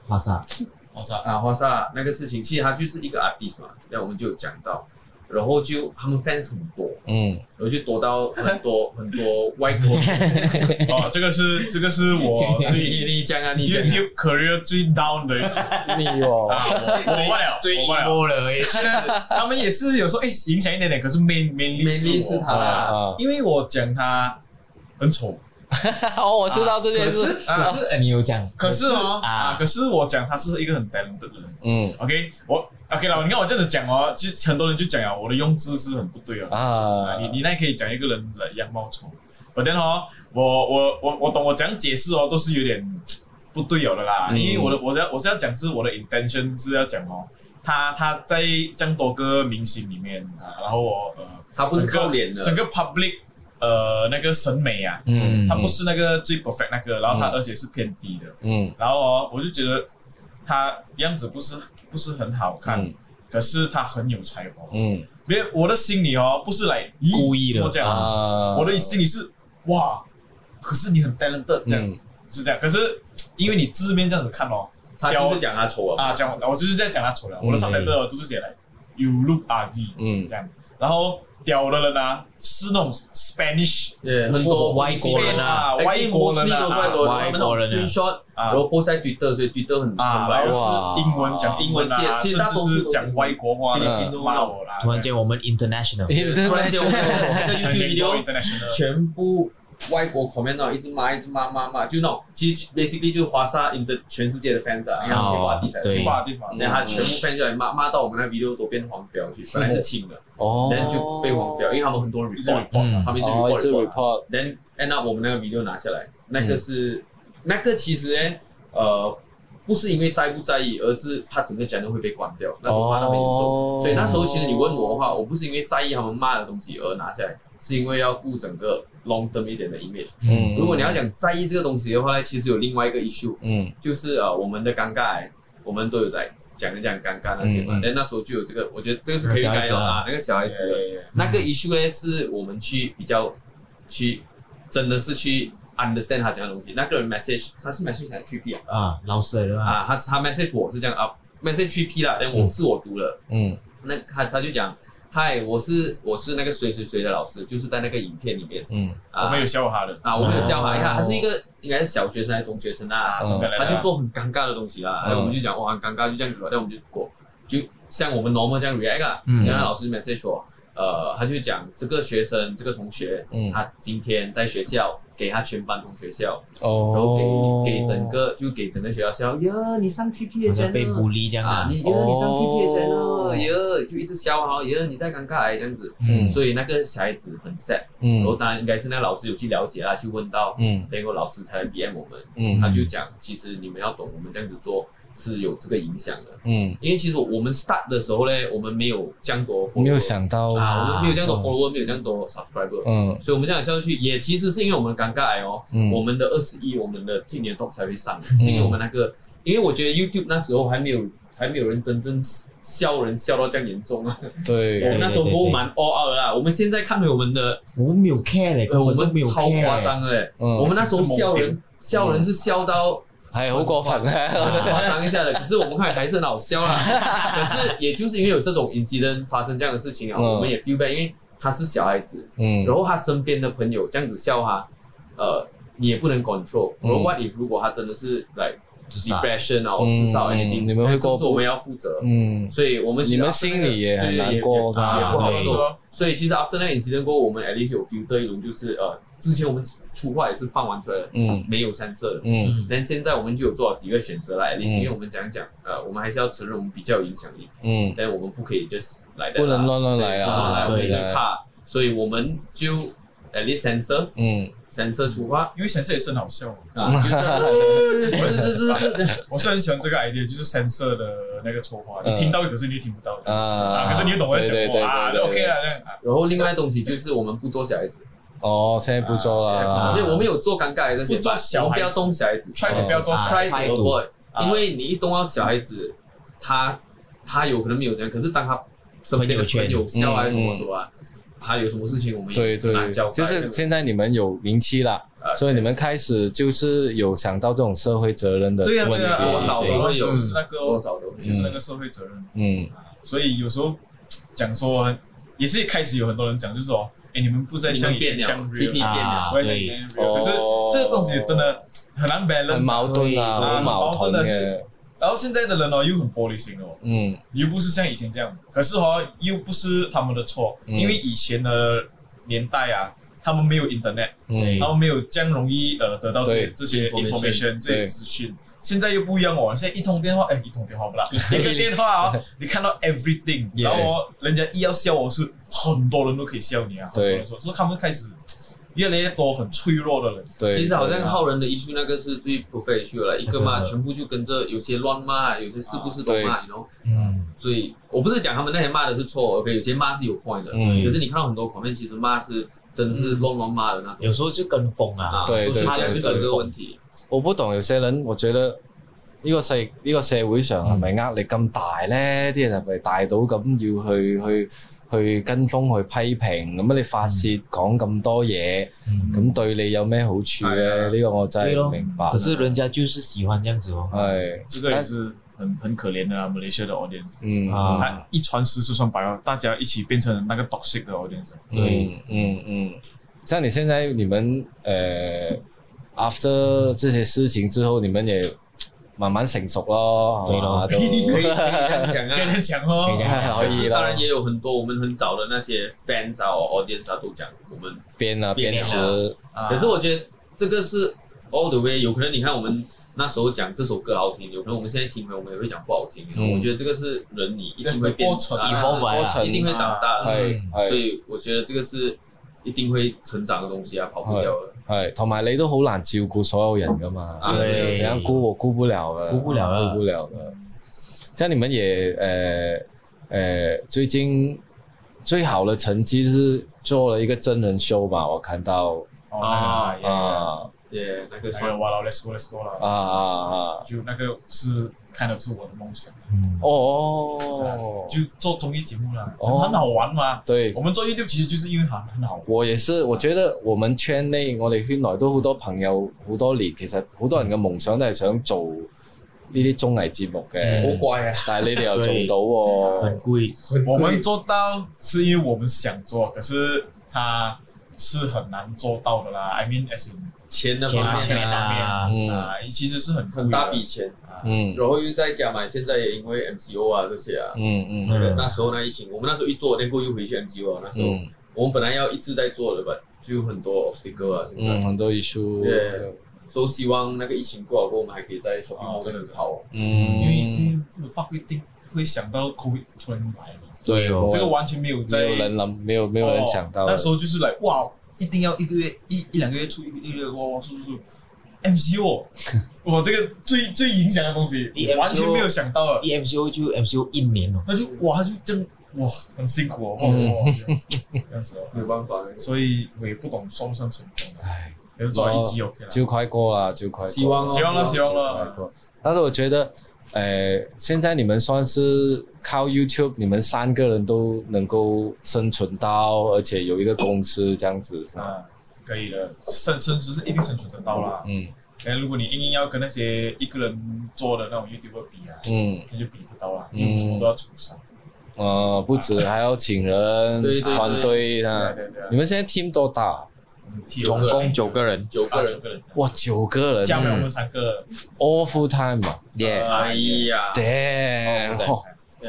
花沙，我操，啊，花萨那个事情，其实他就是一个 artist 嘛，那我们就有讲到，然后就他们 fans 很多，嗯我就躲到很 多很多外国人，哦，这个是这个是我你最你 你讲啊，你讲啊， YouTube career 最 down 的一 次，你哦，我忘了，我忘了。了而已，他们也是有时候哎影响一点点，可是 main 美 mainly 丽是是我他啦，啊因为我讲他很丑，哦，我知道这件可事，是可啊，是呃你有讲，可是哦啊啊，可是我讲他是一个很 talented 的人。嗯 OK，我 OK 了，你看我这样子讲哦，其实很多人就讲啊，我的用字是很不对哦。啊啊，，你你那可以讲一个人的样貌丑，我等哦，我我我我懂，我怎样解释哦，都是有点不对有的啦，嗯因为我的我是要我是要讲是我的 intention 是要讲哦，他他在这样多个明星里面啊，然后我呃他不是靠脸的，整个 public 呃那个审美啊，嗯，他不是那个最 perfect 那个，然后他而且是偏低的，嗯，然后哦，我就觉得他样子不是不是很好看，嗯可是他很有才华。嗯没有，我的心里哦，不是来咦故意的我这样，啊，我的心里是哇，可是你很 talented 这样、嗯是这样，可是因为你字面这样子看哦，他就是讲他丑啊啊，，讲我就是在讲他丑了，我的上台的都是写来 you look ugly 嗯这样，然后屌的人啊是那种 Spanish 对，很多外国人啊外 Actually, 国人哎 mostly 都是外啊国人，外他们国人啊 s h o t 啊然后 post 在 Twitter，所以 Twitter 很很啊，然白，后是英文讲英文啊，哇甚至是讲外国话菲律的宾都骂我啦，突然间我们 international，嗯突 然间我看到 international，那个 YouTube 突然间都 video international，全部外国 comment 哦到一直骂，一直骂骂骂，就那种其实 basically 就是华沙 in 的全世界的 fans 啊，因为哦他们可以挖地才对哇，地方然后他全部 fans 就来骂骂到我们那 video 都变黄标去，本来是清的，哦，然后就被黄哦标，因为他们很多人一直 report，嗯他们一直哦，一直 report，report report， then end up 我们那个 video 拿下来，那个是、那个其实呢，呃，不是因为在不在意，而是他整个 channel 会被关掉，那时候骂得很严重。哦所以那时候其实你问我的话，我不是因为在意他们骂的东西而拿下来，是因为要顾整个 long term 一点的 image。嗯如果你要讲在意这个东西的话呢，其实有另外一个 issue，嗯就是呃我们的尴尬癌，我们都有在讲一讲尴尬那些嘛嗯嗯。但那时候就有这个，我觉得这个是可以改小的孩子啊啊，那个小孩子的。那个 issue 呢，是我们去比较去真的是去 understand 他讲的东西。那个人 message 他是 message 还是 TP 啊？啊，老师的啊，嗯啊，他他 message 我是这样啊，message TP 啦，但我是我读了，嗯那他他就讲，嗨，我是我是那个谁谁谁的老师，就是在那个影片里面嗯啊，我们有笑话的啊，我们有笑嘛，哦因为他是一个应该是小学生还是中学生啊啊，，什么来他就的？做很尴尬的东西啦，哎嗯然后我们就讲哇很尴尬，就这样子吧，哎那我们就过，就像我们 normal 这样 react 啊，嗯然后老师 message 我，呃，他就讲这个学生这个同学，嗯，他今天在学校给他全班同学笑，然后给、哦，给整个就给整个学校笑，哟你上 T P 好 H 像被了孤立这样啊，啊。你哟你上 T P H 哦了，哟就一直笑哈，哟你在尴尬哎这样子，嗯所以那个小孩子很 sad，然后嗯当然应该是那个老师有去了解啦，去问到，嗯那个老师才来 DM 我们。嗯他就讲，其实你们要懂，我们这样子做是有这个影响的。嗯，因为其实我们 start 的时候呢，我们没有这样多 follower，没有想到，啊，我们没有这样多啊 follower，没有这样多 subscriber，、嗯所以我们这样下去也其实是因为我们尴尬癌哦，嗯，我们的二十一，我们的今年 top 才会上，是因为我们那个，因为我觉得 YouTube 那时候还没有。还没有人真正笑人笑到这样严重啊！对，我们那时候对对都蛮 all out 的啦。我们现在看回我们的，我没有 care 嘞，呃，我根本都们没有超 care 夸张的嘞。嗯我们那时候这是笑某人笑人是笑到系好過 分啊嘅，夸张一下的，可是我们看还是很好笑 啦。可是也就是因为有这种 incident 发生这样的事情啊，嗯我们也 feel bad，因为他是小孩子，嗯然后他身边的朋友这样子笑他，呃，你也不能 control。嗯然后 what if 如果他真的是 like 自杀 depression 啊，嗯至少嗯 anything，你们会那是不过是我们要负责？嗯，所以我们你们心里也很难过对的也也啊也不好就对是受。说所以其实 after 那个 incident 过后，我们 at least 有 feel 对一轮，就是呃，之前我们粗话也是放完出来的，嗯没有三色的，嗯嗯但现在我们就有做好几个选择来，嗯因为我们讲讲，呃，我们还是要承认我们比较有影响力，嗯，但我们不可以 just 来的不能亂亂嚟来，啊，所以就啊，怕，所以我们就 at least censor 嗯 censor 出发因为神社也是很好笑。啊， 我是很喜欢这个 idea，就是神社的那个错话，你嗯听到可是你又听不到嗯的啊啊，可是你又懂我在對讲對對话啊，對那對 OK 了，这样啊。然后另外东西就是我们不做小孩子，哦，現在不做啊啦，因为我们有做尴尬的这些，不做我小孩子们不要动小孩子 try 哦 to 不要做啊傻， ，try to avoid，啊因为你一动到小孩子，他他有可能没有这样，可是当他身边的朋友笑啊什么什么啊，他有什么事情我们也嗯对很难对，交代就是现在你们有名气啦，啊呃所以你们开始就是有想到这种社会责任的啊对呀问对呀，多我少题，都我会有就是那个多哦少都会有就是那个社会责任，嗯所以有时候讲说也是一开始有很多人讲，就是说，哎，你们不再你像们以变了前这样 p real， p 变了，啊我也想以前 real，哦可是这个东西真的很哦难很 balance。矛盾啊，對好矛盾啊矛盾的嘅是，然后现在的人哦，又很玻璃心哦，嗯你又不是像以前这样，可是哦，又不是他们的错，嗯因为以前的年代啊，他们没有 internet，嗯然后没有这样容易呃得到这些对这些 information information 这对些资讯。现在又不一样哦，现在一通电话，哎，一通电话 不啦，一个电话哦，你看到 everything， Yeah 然后哦人家一要笑我是很多人都可以笑你啊，很多对人说，所以他们开始越来越多很脆弱的人，对，其实好像對啊浩人的 issue 那个是最 p r o f e s s i o 了，一个嘛，嗯全部就跟着有些乱骂，有些是不是都 骂，然后嗯，所以我不是讲他们那些骂的是错，OK，有些骂是有 point 的，嗯可是你看到很多 comment 其实骂是真的是乱乱骂的那种有时候就跟风啊啊，，对所对以他就是对有对这个问题，我不懂有些人，我覺得呢個世呢、個社會上係咪壓力咁大咧？啲人係咪大到咁要去去去跟風去批評？咁你發泄講咁多嘢，嗯咁對你有咩好處係咧？啊呢個我真係唔明白。可是人家就是喜欢这样子哦，係这个也是很很可怜的啊，Malaysia 的 audience。嗯啊他一传十，十传百哦，大家一起变成那个 toxic 的 audience。嗯嗯嗯，像你現在你們呃 after 這些事情之後，你們也慢慢成熟咯，係嘛 對可以可以都这样讲 跟啊。人讲哦可以，这 样可可以是啦当然也有很多我们很早的那些 fans 啊、or audience 啊都讲我们變啊變變啊質，啊可是我觉得这个是 all the way，有可能你看我们那时候讲这首歌好听，有可能我们现在听回我们也会讲不好听。嗯我觉得这个是人你一这定是会变过程啊 evolve 啊過程一定会长大的，係嗯係所。以我觉得这个是一定会成长的东西啊，跑不掉的。係，同埋你都好難照顧所有人噶嘛，啊怎对樣顧我顧不了了，顧不了了顧不了了。像你們也呃呃，最近最好的成績是做了一個真人秀吧，我看到哦，那个啊啊也那个也那算个哎哇啦，Let's go，Let's go 啊啊啦，啊，就那个是看的是我的梦想，嗯，哦，就做综艺节目啦，哦很好玩嘛。對。我们做 YouTube 其实就是因为很很好玩，我也是，我覺得我們圈內，我哋圈內都好多朋友好多年，其實好多人嘅夢想都係想做呢啲綜藝節目嘅，嗯好怪啊！但係你哋又做到喎很，贵，我们做到是因为我们想做，可是它是很难做到的啦。I mean as in 钱的钱方方面面啊，嗯啊，其实是很贵的很大笔钱，啊。嗯然后又再加嘛，现在也因为 MCO 啊这些啊，嗯嗯嗯那时候呢疫情，我们那时候一做，然后又回去 MCO 啊，那时候、嗯我们本来要一直在做的吧，就有很多 obstacle 啊，现在，嗯，很多 issue，对所以希望那个疫情过了过后，我们还可以在 shopping 哦 mall 这里跑。因为嗯，因为法规定会想到 COVID 突然来嘛，對有我这个完全没有在哦没有人谂，没有没有人想到哦的，那时候就是来哇，一定要一个月一一两个月出一个一个月，哇哇出出出，MCO，哇这个最最影响的东西你，完全没有想到的，一 MCO 就 MCO 一年哦，那就哇他就这样哇很辛苦哦，哇哇哇这样这样子哦，没有办法，所以我也不懂算不算成功啊，唉，可是做到一集 OK 了，就快过了，就快过了，希望哦希望了希望快了，过。但是我觉得，呃，现在你们算是靠 YouTube，你们三个人都能够生存到，而且有一个公司这样子，是吧？啊可以的，生生存是一定生存得到啊啦，嗯哎如果你硬硬要跟那些一个人做的那种 YouTuber 比啊，嗯，那就比不到啦，嗯因为什么都要出上，呃，不止还要请人，对对对团队对啊啊。对啊对啊你，们现在 team 多大？啊我们踢九了个总共九个人，九八个九人，个人。哇，九个人，加埋我们三个， all full time 啊耶，哎呀， ，damn，哦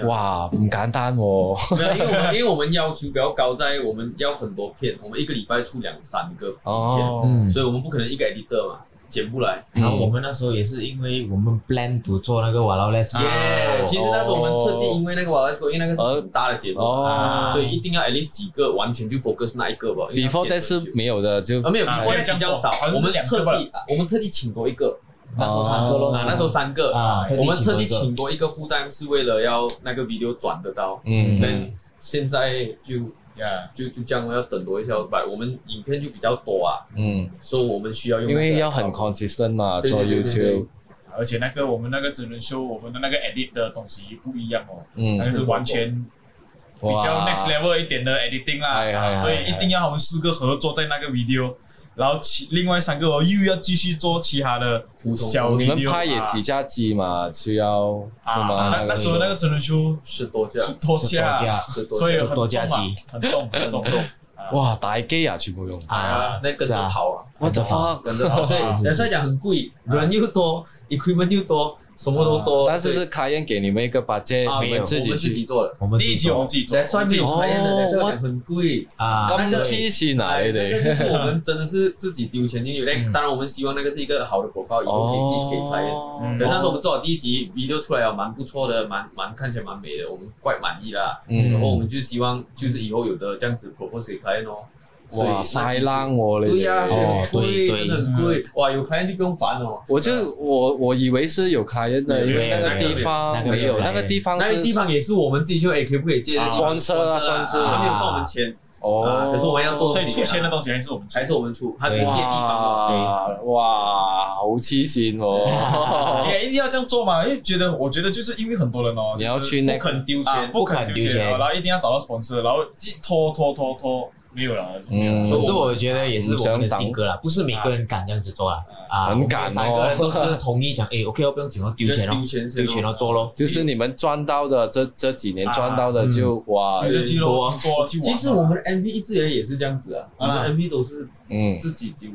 哇，唔簡單喎， 没有，因为我们因为我们要求比较高，在我们要很多片，我们一个礼拜出两三个，哦，嗯，所以我们不可能一个 editor 嘛，剪不来。嗯然后我们那时候也是因为我们 plan to 做那个瓦劳 less，哦耶，其实那时候我们特地因为那个瓦莱斯，因为那个是很大的节目，哦啊所以一定要 at least 几个完全就 focus 那一个吧。因为要，before 剪但很久是没有的，就啊，没有，啊比过那比较少好像。是我们两特个吧地，啊我们特地请多一个那时候三个咯，嗯啊，那时候三个，啊，我们特地多一个请多一个 full time 是为了要那个 video 转得到。嗯但现在就呀，就就这样要等多一下，吧。我们影片就比较多啊，嗯，所以我们需要用那因个来為搞。要很 consistent 嘛，对做对对对 YouTube，而且那个我们那个真人秀，我们的那个 edit 的东西不一样哦，嗯那，个是完全比较哇 next level 一点的 editing 哎哎哎啦，所以一定要我们四个合作在那个 video，然后其另外三个哦又要继续做其他的普通小你们 video 拍也啊几架机嘛，需要是啊，吗？那那时候那个真人秀是多这是样，拖是多架，家是多所这以样很多重架啊机，很重很重，哇，大機啊，啊全部用啊，那跟是着啊跑啊， ，what the fuck，跟 着跑，所以是是人家讲很贵，人又多，equipment 又多，什么都多，啊但是是开宴给你们一個 budget，啊，我你们们自我己们自去，己做的，我们第一集哦我们自己哦做，来算没有做排练的，来算哦讲很贵。啊，咁那個黐線啊哎你那个哋，就是我 们真的是自己丢钱进去，嗯但当然我们希望那个是一个好的 profile，以后可以继续可以拍。哦嗯可是那时候我们做了第一集 video 出来了，蛮不错的，蛮蛮看起来蛮美的，我们怪满意啦。然后我嗯，们就希望就是以后有的这样子 propose 给 client 哦。所以哇，那晒其实冷喎你对呀、哋。所以哦很贵，对对真的很贵。嗯哇，有 client 就不用烦哦。我就我我以为是有开恩的，因为那个地方没有，那个地方那是个地方也是我们自己去，哎，可不可以借啊双车啊双车他没有算我们钱，哦，啊可是我们要做所以出钱的东西还是我们出还，是我们出，他只是借地方哦。哇哇，好黐線喎！也一定要这样做嘛，因为觉得我觉得就是因为很多人哦，你要就是去那不个肯丢啊，钱，不肯肯丢丢钱钱，然后一定要找到 sponsor，然后一拖拖拖拖，没有了，没有嗯了。可是我觉得也是我们的性格啦，不是每个人敢这样子做啦。啊，很敢哦我们三个人都是同意讲，哎，OK，哦不用紧哦，丢就是钱哦丢，钱先丢哦钱哦，做咯。就是你们赚到的这这几年赚到的就哇丢，下啊去咯，多去玩啊。其实我们的 MV 一直以来也是这样子啊，我们啊的 MV 都是嗯，自己丢。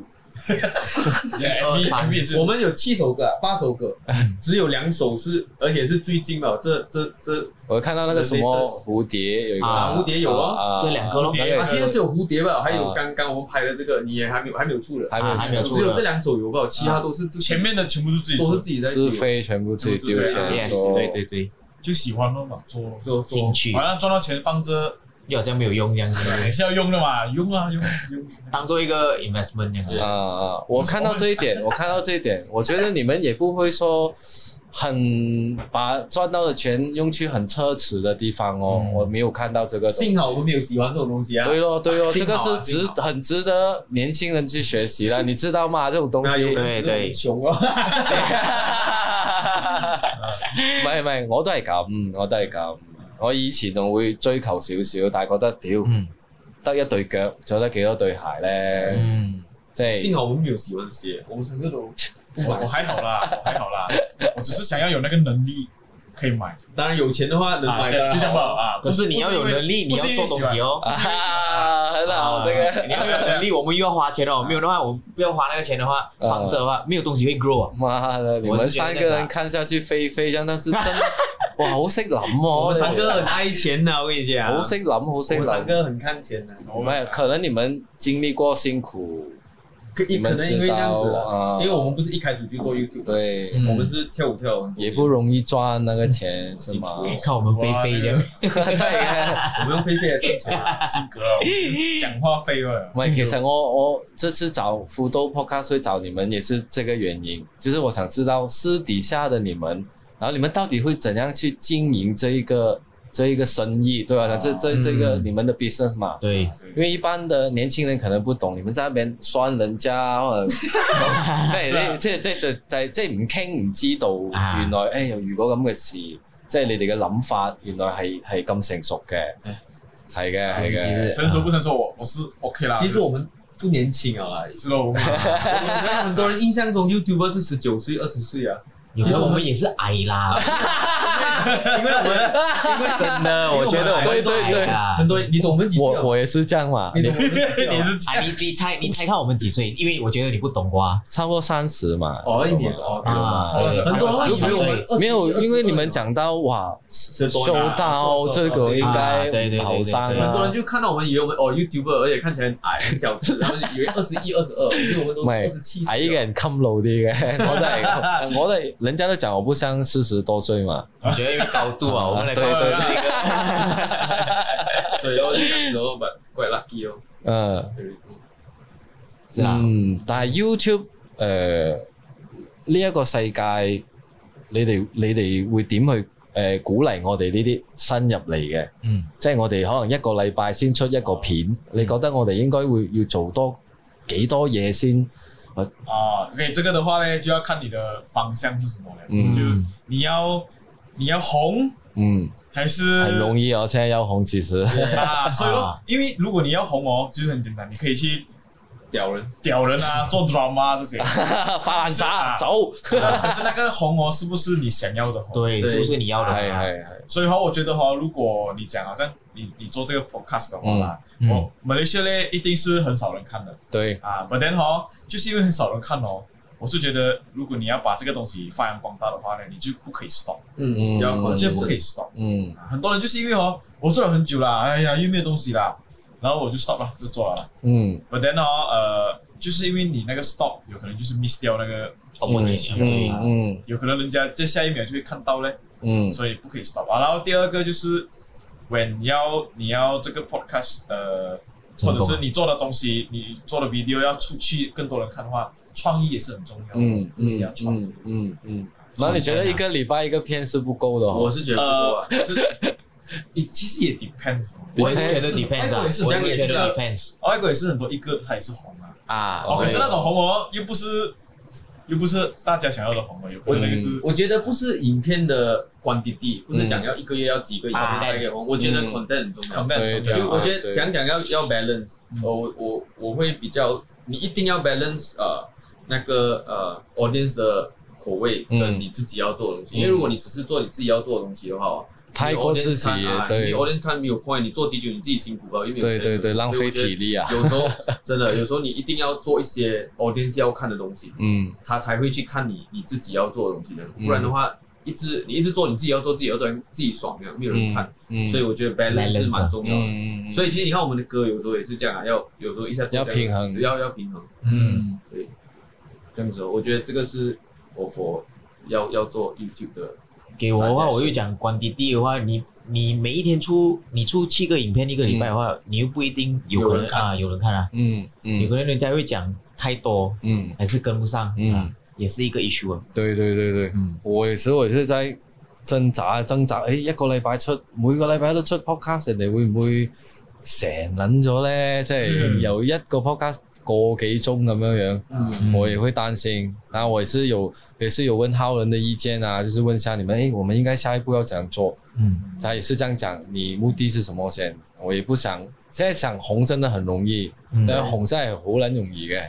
Yeah，二 MV 三 MV 也是我们有七首歌啊，八首歌，只有两首是，而且是最近的，哦这这这我看到那个什么蝴蝶有一个啊蝴蝶有哦这两个咯蝴蝶那个啊，现在只有蝴蝶吧，还有啊刚刚我们拍的这个，你也还没有还没有出的，还啊还没没有有出出只有这两首有吧，其他都是自己前面的全部是自己都做是，自己在自费全部自己丢钱啊 Yes，做，对对对，就喜欢咯嘛，做咯。说兴说趣，好像赚到钱放着又好像没有用这样也子，是要用的嘛，用啊用用。当做一个 investment 这样子啊。啊！我看到这一点，我看到这一点，我觉得你们也不会说很把赚到的钱用去很奢侈的地方哦，嗯我没有看到这个东西。幸好我们没有喜欢这种东西啊。对咯，对咯，这幸好个啊是值幸好很值得年轻人去学习的，你知道吗？这种东那西有，唔人对真的对很穷哦， 係唔係，我都係咁，我都係咁。我以前仲會追求少少，但係覺得屌嗯得一對腳，着得幾多對鞋咧？嗯，即係幸好我们没有喜欢鞋，我们三个都我我还好啦，我还好啦，我只是想要有那个能力可以买当然有钱的话能啊，买这的样就这样吧啊。可是你要有能力，你不要是因为做东西哦。 啊，很好，这个你要有能力，我们又要花钱哦。没有的话，我们不要花那个钱的话，啊放着的话，没有东西会 grow 啊。妈的，你们三个人看下去飞飛真，但是真 係哇，好識諗喎！我们三个很爱钱呐，我跟你讲，哦好識諗，好識我们三諗。个很看钱的，唔係，可能你們經歷過辛苦，可你以可們能因为知这样道子啊，啊因，为我嗯们不是一开始就做 YouTube，的對，我们是跳舞跳舞，也不容易賺那個錢，是嗎？哎 看我们飞飞的，真係嘅。我们 用菲菲来赚钱。性格啊，我就是讲话废话了唔。哎係，其實我我這次找福州 Podcast 會找你們，也是這個原因，就是我想知道私底下的你們，然後你們到底會怎樣去經營這一個這一個生意，對吧、啊這這這個嗯你們的 business 嘛。对，因为一般的年轻人可能不懂，你们在那邊酸人家 或者即係即係即係就係即係唔傾唔知道，啊原來誒、哎又遇過咁嘅事，即係你哋嘅諗法原來係係咁成熟嘅，哎係嘅係嘅。成熟不成熟，我我是 OK 啦。其实我们不年 轻啊啦，是喽，我们很多人印象中 YouTuber 是十九岁、二十岁啊，有时候我们也是矮啦。因为我们真的，我觉得我们对对对矮啦很多人，你懂我们几岁啊我？我也是这样嘛，你懂我们几你岁啊？是哎，你你猜你猜看我们几岁？因为我觉得你不懂瓜差不多三十嘛。哦，一年哦，对吧啊，对很多人以为我们对20没有，因为你们， 20讲到哇，十修多啦道是是这是个应啊该对对对好上对对很多啊人。就看到我们以为我们哦 YouTuber，而且看起来很矮很小只，他们以为二十一、二十二，因为我们都唔係二十七。啊矮一个人襟老啲 嘅，我都系，我都系，人家都讲我不像四十多岁嘛，我觉得因为高度啊，我们来对对对对哦，这样子哦，but quite lucky 哦嗯， very good 是啊嗯，但系 YouTube 诶呢一個世界，你哋你哋會點去诶、呃鼓勵我哋呢啲新入嚟嘅？嗯，即係我哋可能一個禮拜先出一個片，嗯你覺得我哋應該會要做多幾多嘢先？啊，OK，这个的话呢，就要看你的方向是什么了。嗯就你要你要红嗯，还是很容易哦，現在要紅其實，啊？所以咯啊，因为如果你要红哦，就是很简单，你可以去屌人，屌人啊，做 drama 这些。呃 發爛渣 啊走，可是那个红哦，是不是你想要的红？对，对是不是你要的係啊？係係，所以哈，我觉得哈，如果你讲好像你你做这个 podcast 的话啦，嗯嗯我马来西亚呢一定是很少人看的。對，啊，but then 哦，就是因为很少人看哦，我是觉得如果你要把这个东西发扬光大的话呢，你就不可以 stop，嗯嗯，要嗯我 conscious 觉得不可以 stop、嗯啊很多人就是因为哦，我做了很久啦，哎呀又没有东西啦，然后我就 stop 了，就做了啦。嗯 but then 哦，呃，就是因为你那个 stop 有可能就是 miss 掉那个 opportunity，、啊嗯嗯有可能人家在下一秒就会看到嘞，嗯所以不可以 stop 啊。然后第二个就是，when 你要你要这个 podcast 呃，成或啊功者是你做的东西，你做的 video 要出去更多人看的话，创意也是很重要的。嗯嗯你啊要创意嗯。嗯嗯，然後你覺得一個禮拜一個片是不夠的哦？我是觉得不过啊，这也其实也 depends 哦。我也是觉得 depends 啊，我也是我这样也也是是觉啊得 depends。外国也是很多一个他也是红啊，啊哦，可是，OK 那种红哦，又不是又不是大家想要的红哦，有可能那个是我觉得不是影片的 quantity，不是讲要一个月要几个以上啊才可以红，我觉得嗯 content 很重要。对 content 对就就我觉对得讲讲要要 balance，呃我我我会比较，你一定要 balance 呃那个呃 audience 的口味嗯跟你自己要做的东嗯西，因为如果你只是做你自己要做的东西的话，太过自己你 audience 看啊，对你 audience 看没有 point，你做几久你自己辛苦吧，因为对对对，浪费体力。力啊。有时候真的，有时候你一定要做一些 audience 要看的东西，嗯他才会去看你你自己要做的东西的，嗯不然的话，一直你一直做你自己要做自己要做自己爽的，没有人看，嗯，所以我觉得 balance balance 啊是蛮重要的。嗯嗯，所以以其实你看我们的歌有时候也是这样啊，要有时候一下子要这样平衡要要平衡嗯这样子哦。我觉得这个是我佛要要做 YouTube 的，给我的话，我就讲关滴滴的话，你你每一天出你出七个影片一个礼拜的话，你又不一定有可有能人看啊，嗯有人看啊，嗯有嗯可能人家会讲太多，嗯，还是跟不上，嗯嗯，也是一个 issue 啊。对对对对，嗯，我有時我是在掙扎掙扎，誒一個禮拜出，每個禮拜都出 podcast，人哋會唔會成撚咗咧？即係由一個 podcast 個幾鐘咁樣樣。嗯，我也会担心。然后我也是有也是有问浩人的意见啊，就是问一下你们，哎，我们应该下一步要怎样做？嗯，他也是这样讲，你目的是什么先？我也不想，现在想红真的很容易，嗯但红真系好捻容易嘅，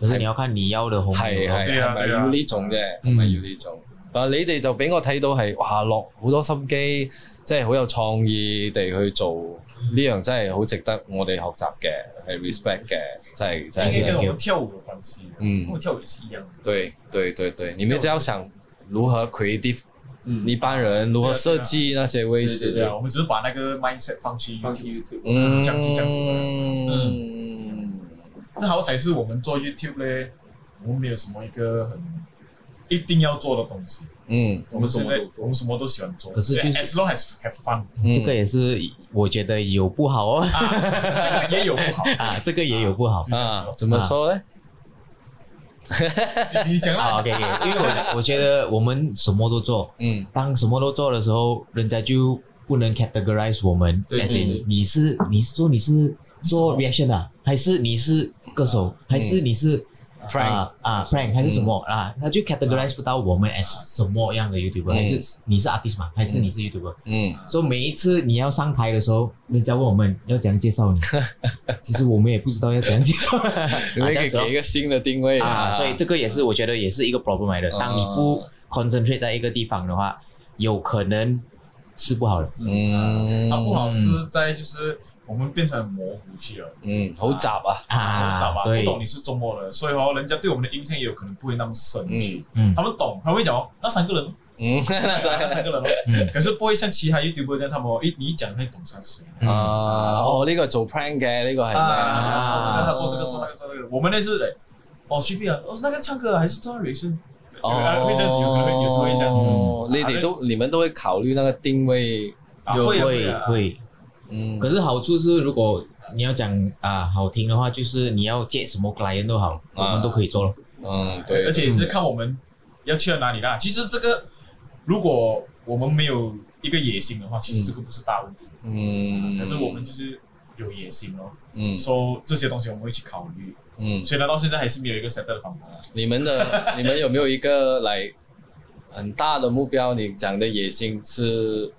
可是你要看你要的哦紅係牛咯係對啊係咪對啊要呢種啫？係嗯咪要呢種？啊！你哋就俾我睇到係哇，落好多心機，即係好有創意地去做呢樣，真係好值得我哋學習嘅，係 respect 嘅，真係真嗯应係。该跟我们跳舞有关系，嗯跟我们跳舞也是一样的。对对对对，你们只要想如何 creative 嗯，一般人如何对啊设计那些位置，对啊，我们只是把那个 mindset 放去放 YouTube，弃 YouTube，嗯，这样子这样子吧嗯，这好彩是我们做 YouTube 嘞，我们没有什么一个很一定要做的东西，嗯我们现在我做们什么都喜欢做，可是就是对 as long as have fun，嗯，这个也是我觉得有不好 哦这个也有 不好。啊，这个也有不 好。啊，怎么说呢？你你讲啦，啊，OK，因为我我觉得我们什么都做，嗯当什么都做的时候，人家就不能 categorize 我们。对 as in，嗯你是你是说你是做 reaction 的、啊，还是你是歌手，还是你是，Frank，啊啊 prank 还是什么啊？他就 categorize 不到我们 as 什么样的 YouTuber，、嗯还是你是 artist 嘛，还是你是 YouTuber？嗯所以每一次你要上台的时候，人家问我们要怎样介绍你，其实我们也不知道要怎样介绍你们可以给一个新的定位啊。所以这个也是我觉得也是一个 problem 来的。哦当你不 concentrate 在一个地方的话，有可能是不好的。嗯，啊它不好是在就是我们变成很模糊去了，嗯，好杂啊，啊，找吧，对不，懂你是中国人，所以哦，人家对我们的印象也有可能不会那么深去。嗯他们懂，他们会讲哦，那三个人哦，嗯 那三个人哦，嗯，可是不会像其他 YouTuber 这样，他们哦，诶，你一讲会懂山水。嗯啊，哦，呢個做 plan 嘅，呢個係咩？啊，做这个他做这个做那个做那个，我们那是嘞，哦，随便啊，哦，那个唱歌啊还是做 reaction，哦，嗯会这样子，有可能会有时候会这样子，你哋都你们都会考慮那個定位，啊有会啊会啊，会。嗯，可是好处是，如果你要讲啊好听的话，就是你要接什么 client 都好，我啊们都可以做了。嗯，对，而且也是看我们要去到哪里啦。其实这个如果我们没有一个野心的话，其实这个不是大问题，嗯，可是我们就是有野心咯，嗯所以这些东西我们会去考虑。嗯，虽然到现在还是没有一个 set 的方法啦，你们的你们有没有一个来很大的目标？你讲的野心是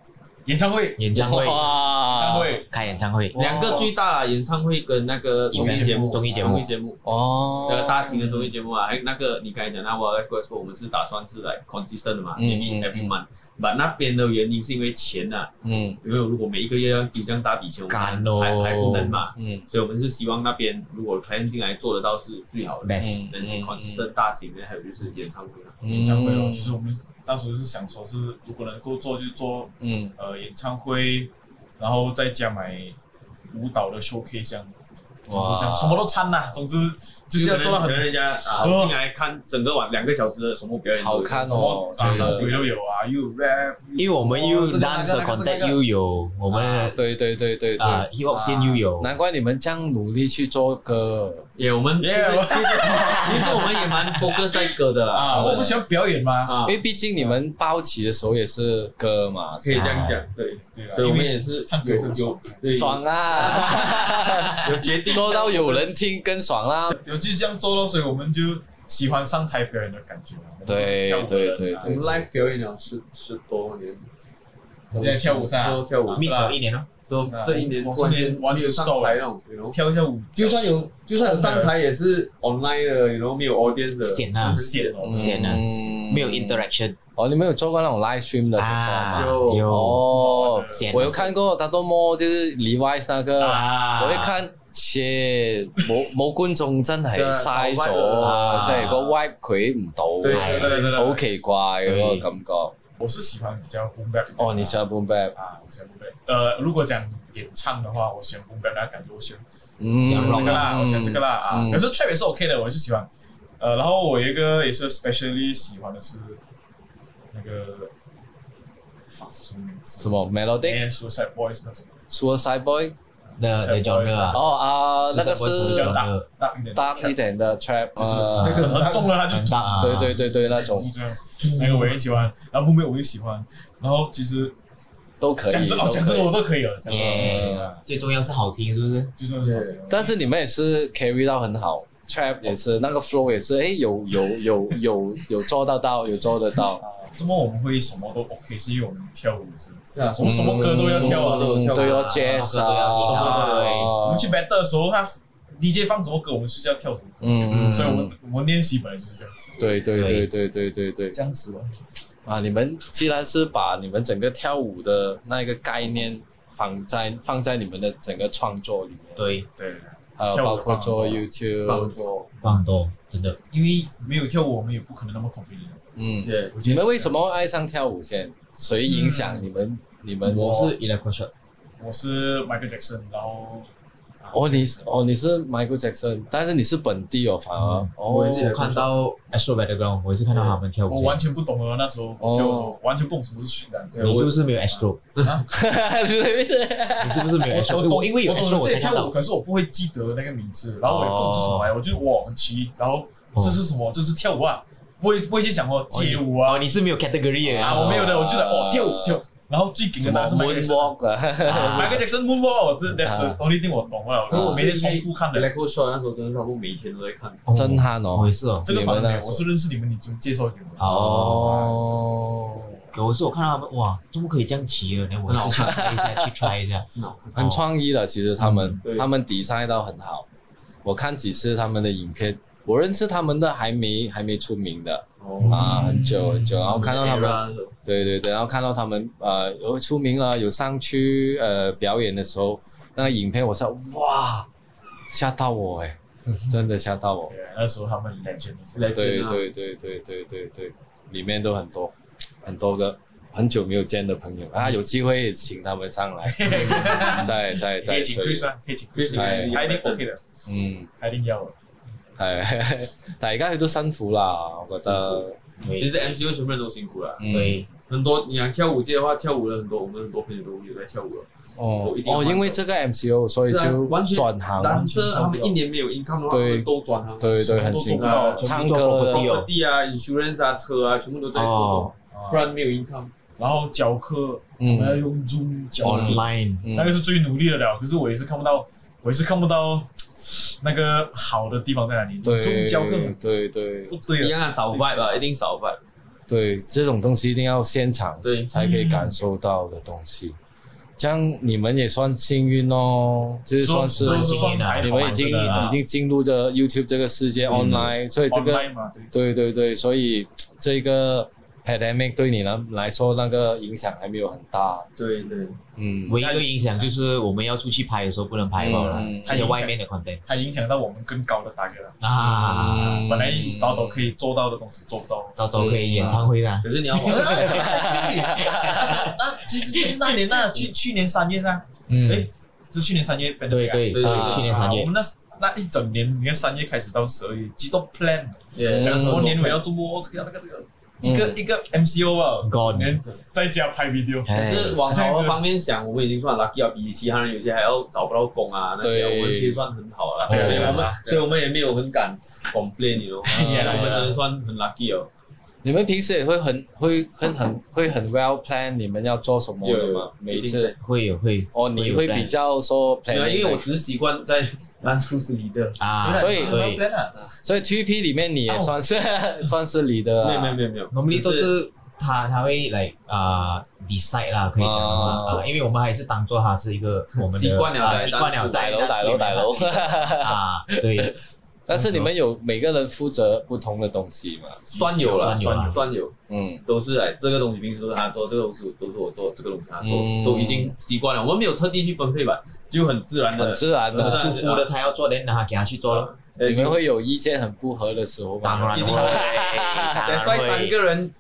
演唱会，演唱 会哇，会开演唱会，两个最大的演唱会跟那个综艺节目，综艺节目综艺节目，哦，那个大型的综艺节目啊，还有那个你刚才讲那 w i l d Life Expo，我们是打算是来 consistent 的嘛嗯嗯，every 嗯 every month。把那边的原因是因为钱呐、啊，嗯因为如果每一个月要丢这样大笔钱，我们干还咯还还不能嘛，嗯所以我们是希望那边如果 client 进来做得到是最好的， best 能去嗯 consistent 大型的，还有就是演唱会啊，嗯演唱会哦，就是我们当时是想说是如果能够做就做嗯呃演唱会，然后再加买舞蹈的 showcase 这样，哇这样什么都掺啦，总之就是要做到很可能人家啊哦进来看整个晚两个小时的什么表演，好看什哦么，啊觉什么得鬼都有啊，又有 rap，因为我们又又有什么这个 dance 的那个那个这个 contact 那个又有，我们对对对对对，啊 hip hop 线又有，难怪你们这样努力去做歌，也我们其实 Yeah，其实其实我们也蛮 focus 在 歌的啦，啊，我们们喜欢表演嘛，啊因，为毕竟你们包起的时候也是歌嘛，可以这样讲，对，对啊，所以我因们为也是唱歌有是很有爽，对爽啊，有决定做到有人听更爽啦，有就是这样做咯，所以我们就喜欢上台表演的感觉嘛，我们就是对跳舞的人啊对对我们 live 表演了十十多年，你在跳舞上啊都跳舞啊， miss 了一年了，说这一年我突然间我是没有上台那种，然后跳一下舞，就算有就算有上台也是 online 的，然后没有 audience 的，显啊很显哦，显啊，嗯没有 interaction 哦，你们有做过那种 live stream 的 perform 啊，吗？有有哦，显我有看过达多摩，就是 Levi's 那個，啊，我一看，切，冇冇觀眾真係真係嘥手歪咗，啊即係個 wipe 佢唔對到，啊對对对對，对，好奇怪嘅嗰對個感覺。我是喜欢比较 boom bap 的哦，你喜歡 boom bap，啊，我喜欢 boom bap，呃，如果讲演唱的话，我喜欢 boom bap 那感觉，我喜欢嗯，喜歡这个啦，我喜欢这个啦啊嗯，可是 trap 也是 OK 的，我是喜欢，呃，然后我有一个也是 specially 喜欢的是那个，法什么名字？什麼 melody 哎，Suicide Boys 那种 suicide boy，的的 genre 啊，哦啊，那個比是较大大一点的 dark trap，一点的 trap，就是呃那个很重的，他就很大啊，对对对对，那種这样，那个我也喜欢，然后 boom bap 我也喜欢，然后其实都可以。讲真哦，都可以讲真的我都可以了，讲真的耶啊，最重要是好听，是不是？就真的是好听，但是你们也是 carry 到很好，trap 也是，那个 flow 也是，哎，有有有有有做到到，有做得到，啊，怎么我们会什么都 OK，是因为我们跳舞是。对啊 我们什么歌都要跳啊嗯都有跳啊都要什么 jazz 歌都要啊跳啊，对我们去 battle 的时候，他 DJ 放什么歌，我们就是要跳什么歌，嗯所以我们我们练习本来就是这样子，对对对对对对对这样子咯。啊！你们既然是把你们整个跳舞的那个概念放在放在你们的整个创作里面，对，对，还有跳舞包括做放很 YouTube，帮助，棒很多，真的。因为没有跳舞，我们也不可能那么 confident。嗯，对，你们为什么爱上跳舞先？谁影响你们？你们嗯我是 electro shot，我是 Michael Jackson，然后哦，你是哦你是 Michael Jackson，但是你是本地哦，反而嗯我哦 也是看到 Astro Battleground，我也是看到他们跳我舞完先。全不懂哦，那时候哦跳舞的时候完全不懂什么是训练。你是不是没有 Astro？对对 对你是不是没有 Astro？懂我因为有我懂 Astro 得我自己才看跳舞，到。可是我不会记得那个名字，然后我也不懂这是什么来，我就哇很奇，然后这是什么？这是跳舞啊，不会不会去想哦街舞啊哦，你是没有 category 的啊，我没有的，我就得哦跳舞跳舞。然后最顶的什么那是 Michael Jackson。 Moonwalk 啊？ Michael Jackson Moonwalk，这 That's 啊 the only thing 我懂了，哦我每天重复看的。 Electro Shock 那时候真的是差不多每天都在看， 震撼我哦也！是哦，这个反而没你们有，那时候我是认识你们，你就介绍给我。哦，哦，有一次我看到他们，哇，怎么可以这样骑的？连我试去 try 一下，去 try 一下。哦很创意的，其实他嗯们对他们 design 到很好。我看几次他们的影片，我认识他们的还没还没出名的哦，啊，很久很久，然后看到他嗯们 Era 的对对对，然后看到他们呃有出名了，有上去呃表演的时候，那个影片我说哇，吓到我哎、真的吓到我。对，那时候他们 legend。对 Legend 啊，对对对对对对，里面都很多很多个很久没有见的朋友啊，有机会请他们上来，再再可再以请吹 Chris 啊，可以请 Chris， Chris 哎他一定 OK 的，嗯他一定要的。係，但係而家佢都辛苦啦，我覺得。其实 MCU 全部人都辛苦了，嗯对，很多你想跳舞界的话，跳舞的很多，我们很多朋友都有在跳舞了。哦都一定哦，要因為這個 MCO，所以就是啊完全轉行。但是啊他们一年没有 income 的话，他对们都转行。對對，很都辛苦做不。啊到。唱全部做歌 property 啊、insurance 啊、车啊，全部都在哦做，不然没有 income。然后教课，我们要嗯用 Zoom 教课， ，online 那个嗯，是最努力的了。可是我也是看不到，我也是看不到那个好的地方在哪里。對 Zoom 教课很對對不对一啊，样啊，少 vibe 吧，一定少 vibe。对，這種東西一定要現場对，才可以感受到的東西。這樣你們也算幸運咯，就是算是说幸说运啊还好你們已經真的啊已經進入這 YouTube 這個世界 online，所以這個 online 嘛，对，对对对，所以这个 pandemic 对你来来说那个影响还没有很大。对对，嗯， 唯一的影响就是我们要出去拍的时候不能拍到了嗯，而且外面的 content 它影响到我们更高的打歌了。啊，嗯本来早早可以做到的东西做不到。早早可以演唱会啦。可是你要 往哎那啊其实就是那年那去去年三月噻，嗯哎是去年三月 pandemic 啊，对对对对，去年三啊我月们那那一整年，你看三月开始到十二月，几多 plan，也讲什么嗯年尾要做哦，这个要那个这个，一个嗯一个 MCO 啊， gone 连在家拍 video，可哎是往好的方面想，我们已经算 lucky 了，比其他人有些还要找不到工啊那些，对我们其实算很好了。对所以对我们，所以我们也没有很敢 complain，你懂吗？ Yeah, 我们真的算很 lucky 哦。你们平时也会很会很很会很 well plan 你们要做什么的吗？每一次会有会哦，你会比较说没 plan，有，因为我只是习惯在当初是你的，啊，所以所以所以 T P 里面你也算是 算是你的没啊，有没有没有没有， normally 都只是是他他会来啊 decide 啦，可以讲的啊话啊，因为我们还是当做他是一个我们的习惯了啊在习惯了大在楼大楼大楼。啊，对， 但是你们有每个人负责不同的东西嘛？酸有了，酸有啦酸有。嗯都是哎，这个东西平时都是他做，这个东西都是我做，这个东西他做，嗯都已经习惯了。我们没有特地去分配吧，就很自然很的。自然很的。舒服的他要做，连他给他去 做了，呃你们会有意见很不合的时候当吗？然一会，定啊当得然帅三会。个人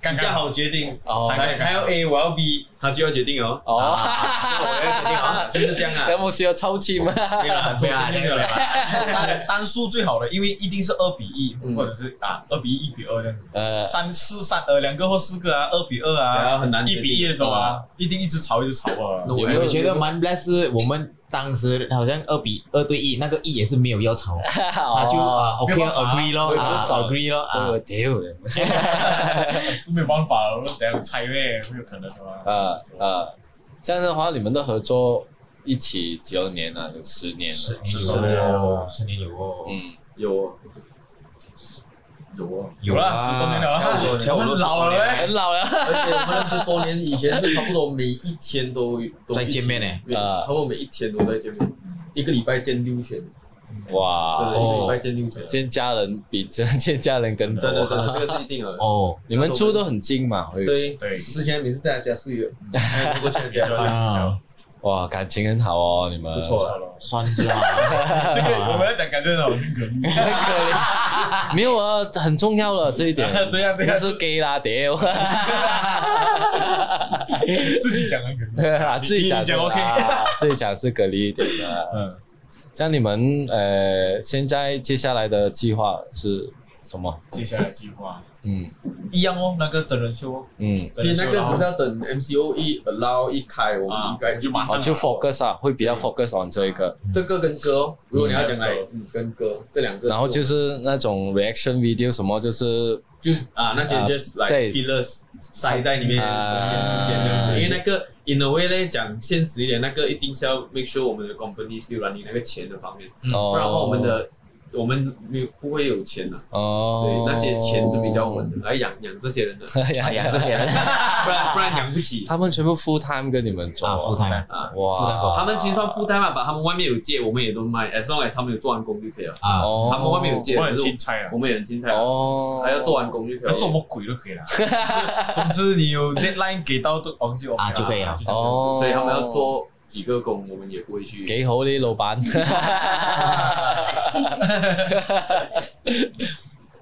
刚比较刚好决定。 哦三个还人还要 A，我要 B，他就要决定哦。哦，那我要决定哦，就是这样 啊有。冇試過抽籤啊？没有啦，没有啊啦抽签就没有啦。单单数最好的，因为一定是二比一嗯，或者是啊二比一、一比二这样子， 呃，三四三呃两个或四个啊，二比二然啊，后很难决一定比一的时候啊，一定一直吵一直吵啊。有没我有觉得蛮 bless，是我们当时好像二比二对一，那个一也是没有要吵，哦他他就啊 OK 没有办法 agree 咯，我也不啊爽 agree 咯啊我。屌你！都没有办法了，怎样猜咩？没有可能的嘛。啊啊，这样的话，你们的合作一起几多年了？有十年十了。十年有，十年有哦，嗯，有哦，有哦。有啦，十多年了跳舞啊，跳舞都我十们多老年了了嘞。很老了。而且我们认识多年，以前是差不多每一天都都在一起见面呢每啊差不多每一天都在见面，一个礼拜见六天，哇，真的，一个礼拜见六天，见家人比真见家人更多啊真。的真的，这个是一定的。哦，你们住都很近嘛？会对，对，之前每次在他家 睡，还有过去他家比较睡，啊哇，感情很好哦，你们不错了。了。酸 辣，这个我们要讲感觉很好，很可怜。。很可怜。没有啊，很重要了这一 点对呀对呀啊那是 gay 啦，屌！ 自己讲很可怜。自己讲你讲的 OK 啦 自己讲是隔离一点的。嗯，像你们呃，现在接下来的计划是什么？接下来计划嗯一样哦，那个真人秀哦，嗯，其真人实秀那个只是然后要等 MCO 一 allow 一开，我们啊应该就马哦，上就 focus 啊，会比嗯较 focus on 这一个，这个跟歌哦，如果你要讲来嗯，嗯，跟歌这两个是我，然后就是那种 reaction video 什么，就是就是啊，那些啊 just like 在 fillers 塞在里面，啊中间之间这样子因为那个 in a way 呢，讲现实一点，那个一定是要 make sure 我们的 company still running 那个钱的方面，不哦，嗯然的话我们的我们没有不会有钱的，对哦，，那些钱是比较我们的来养养这 些人的，哎呀哎呀，这些人不然不然养不 起他们全部 full time 跟你们做啊，富态啊。哦哇，他们其实算负担嘛，啊把他们外面有借，我们也都卖，as long as 他们有做完工就可以了。啊，哦，他们外面有借，我很可是钦差啊我，们也很精彩，哦，哎还要做完工就可以要了。做乜鬼都可以啦。总之你有 deadline 给到都 OK 就 OK 啊就可以啊就这样哦，所以他们要做几个工，我们也不会去。几好呢，老 板，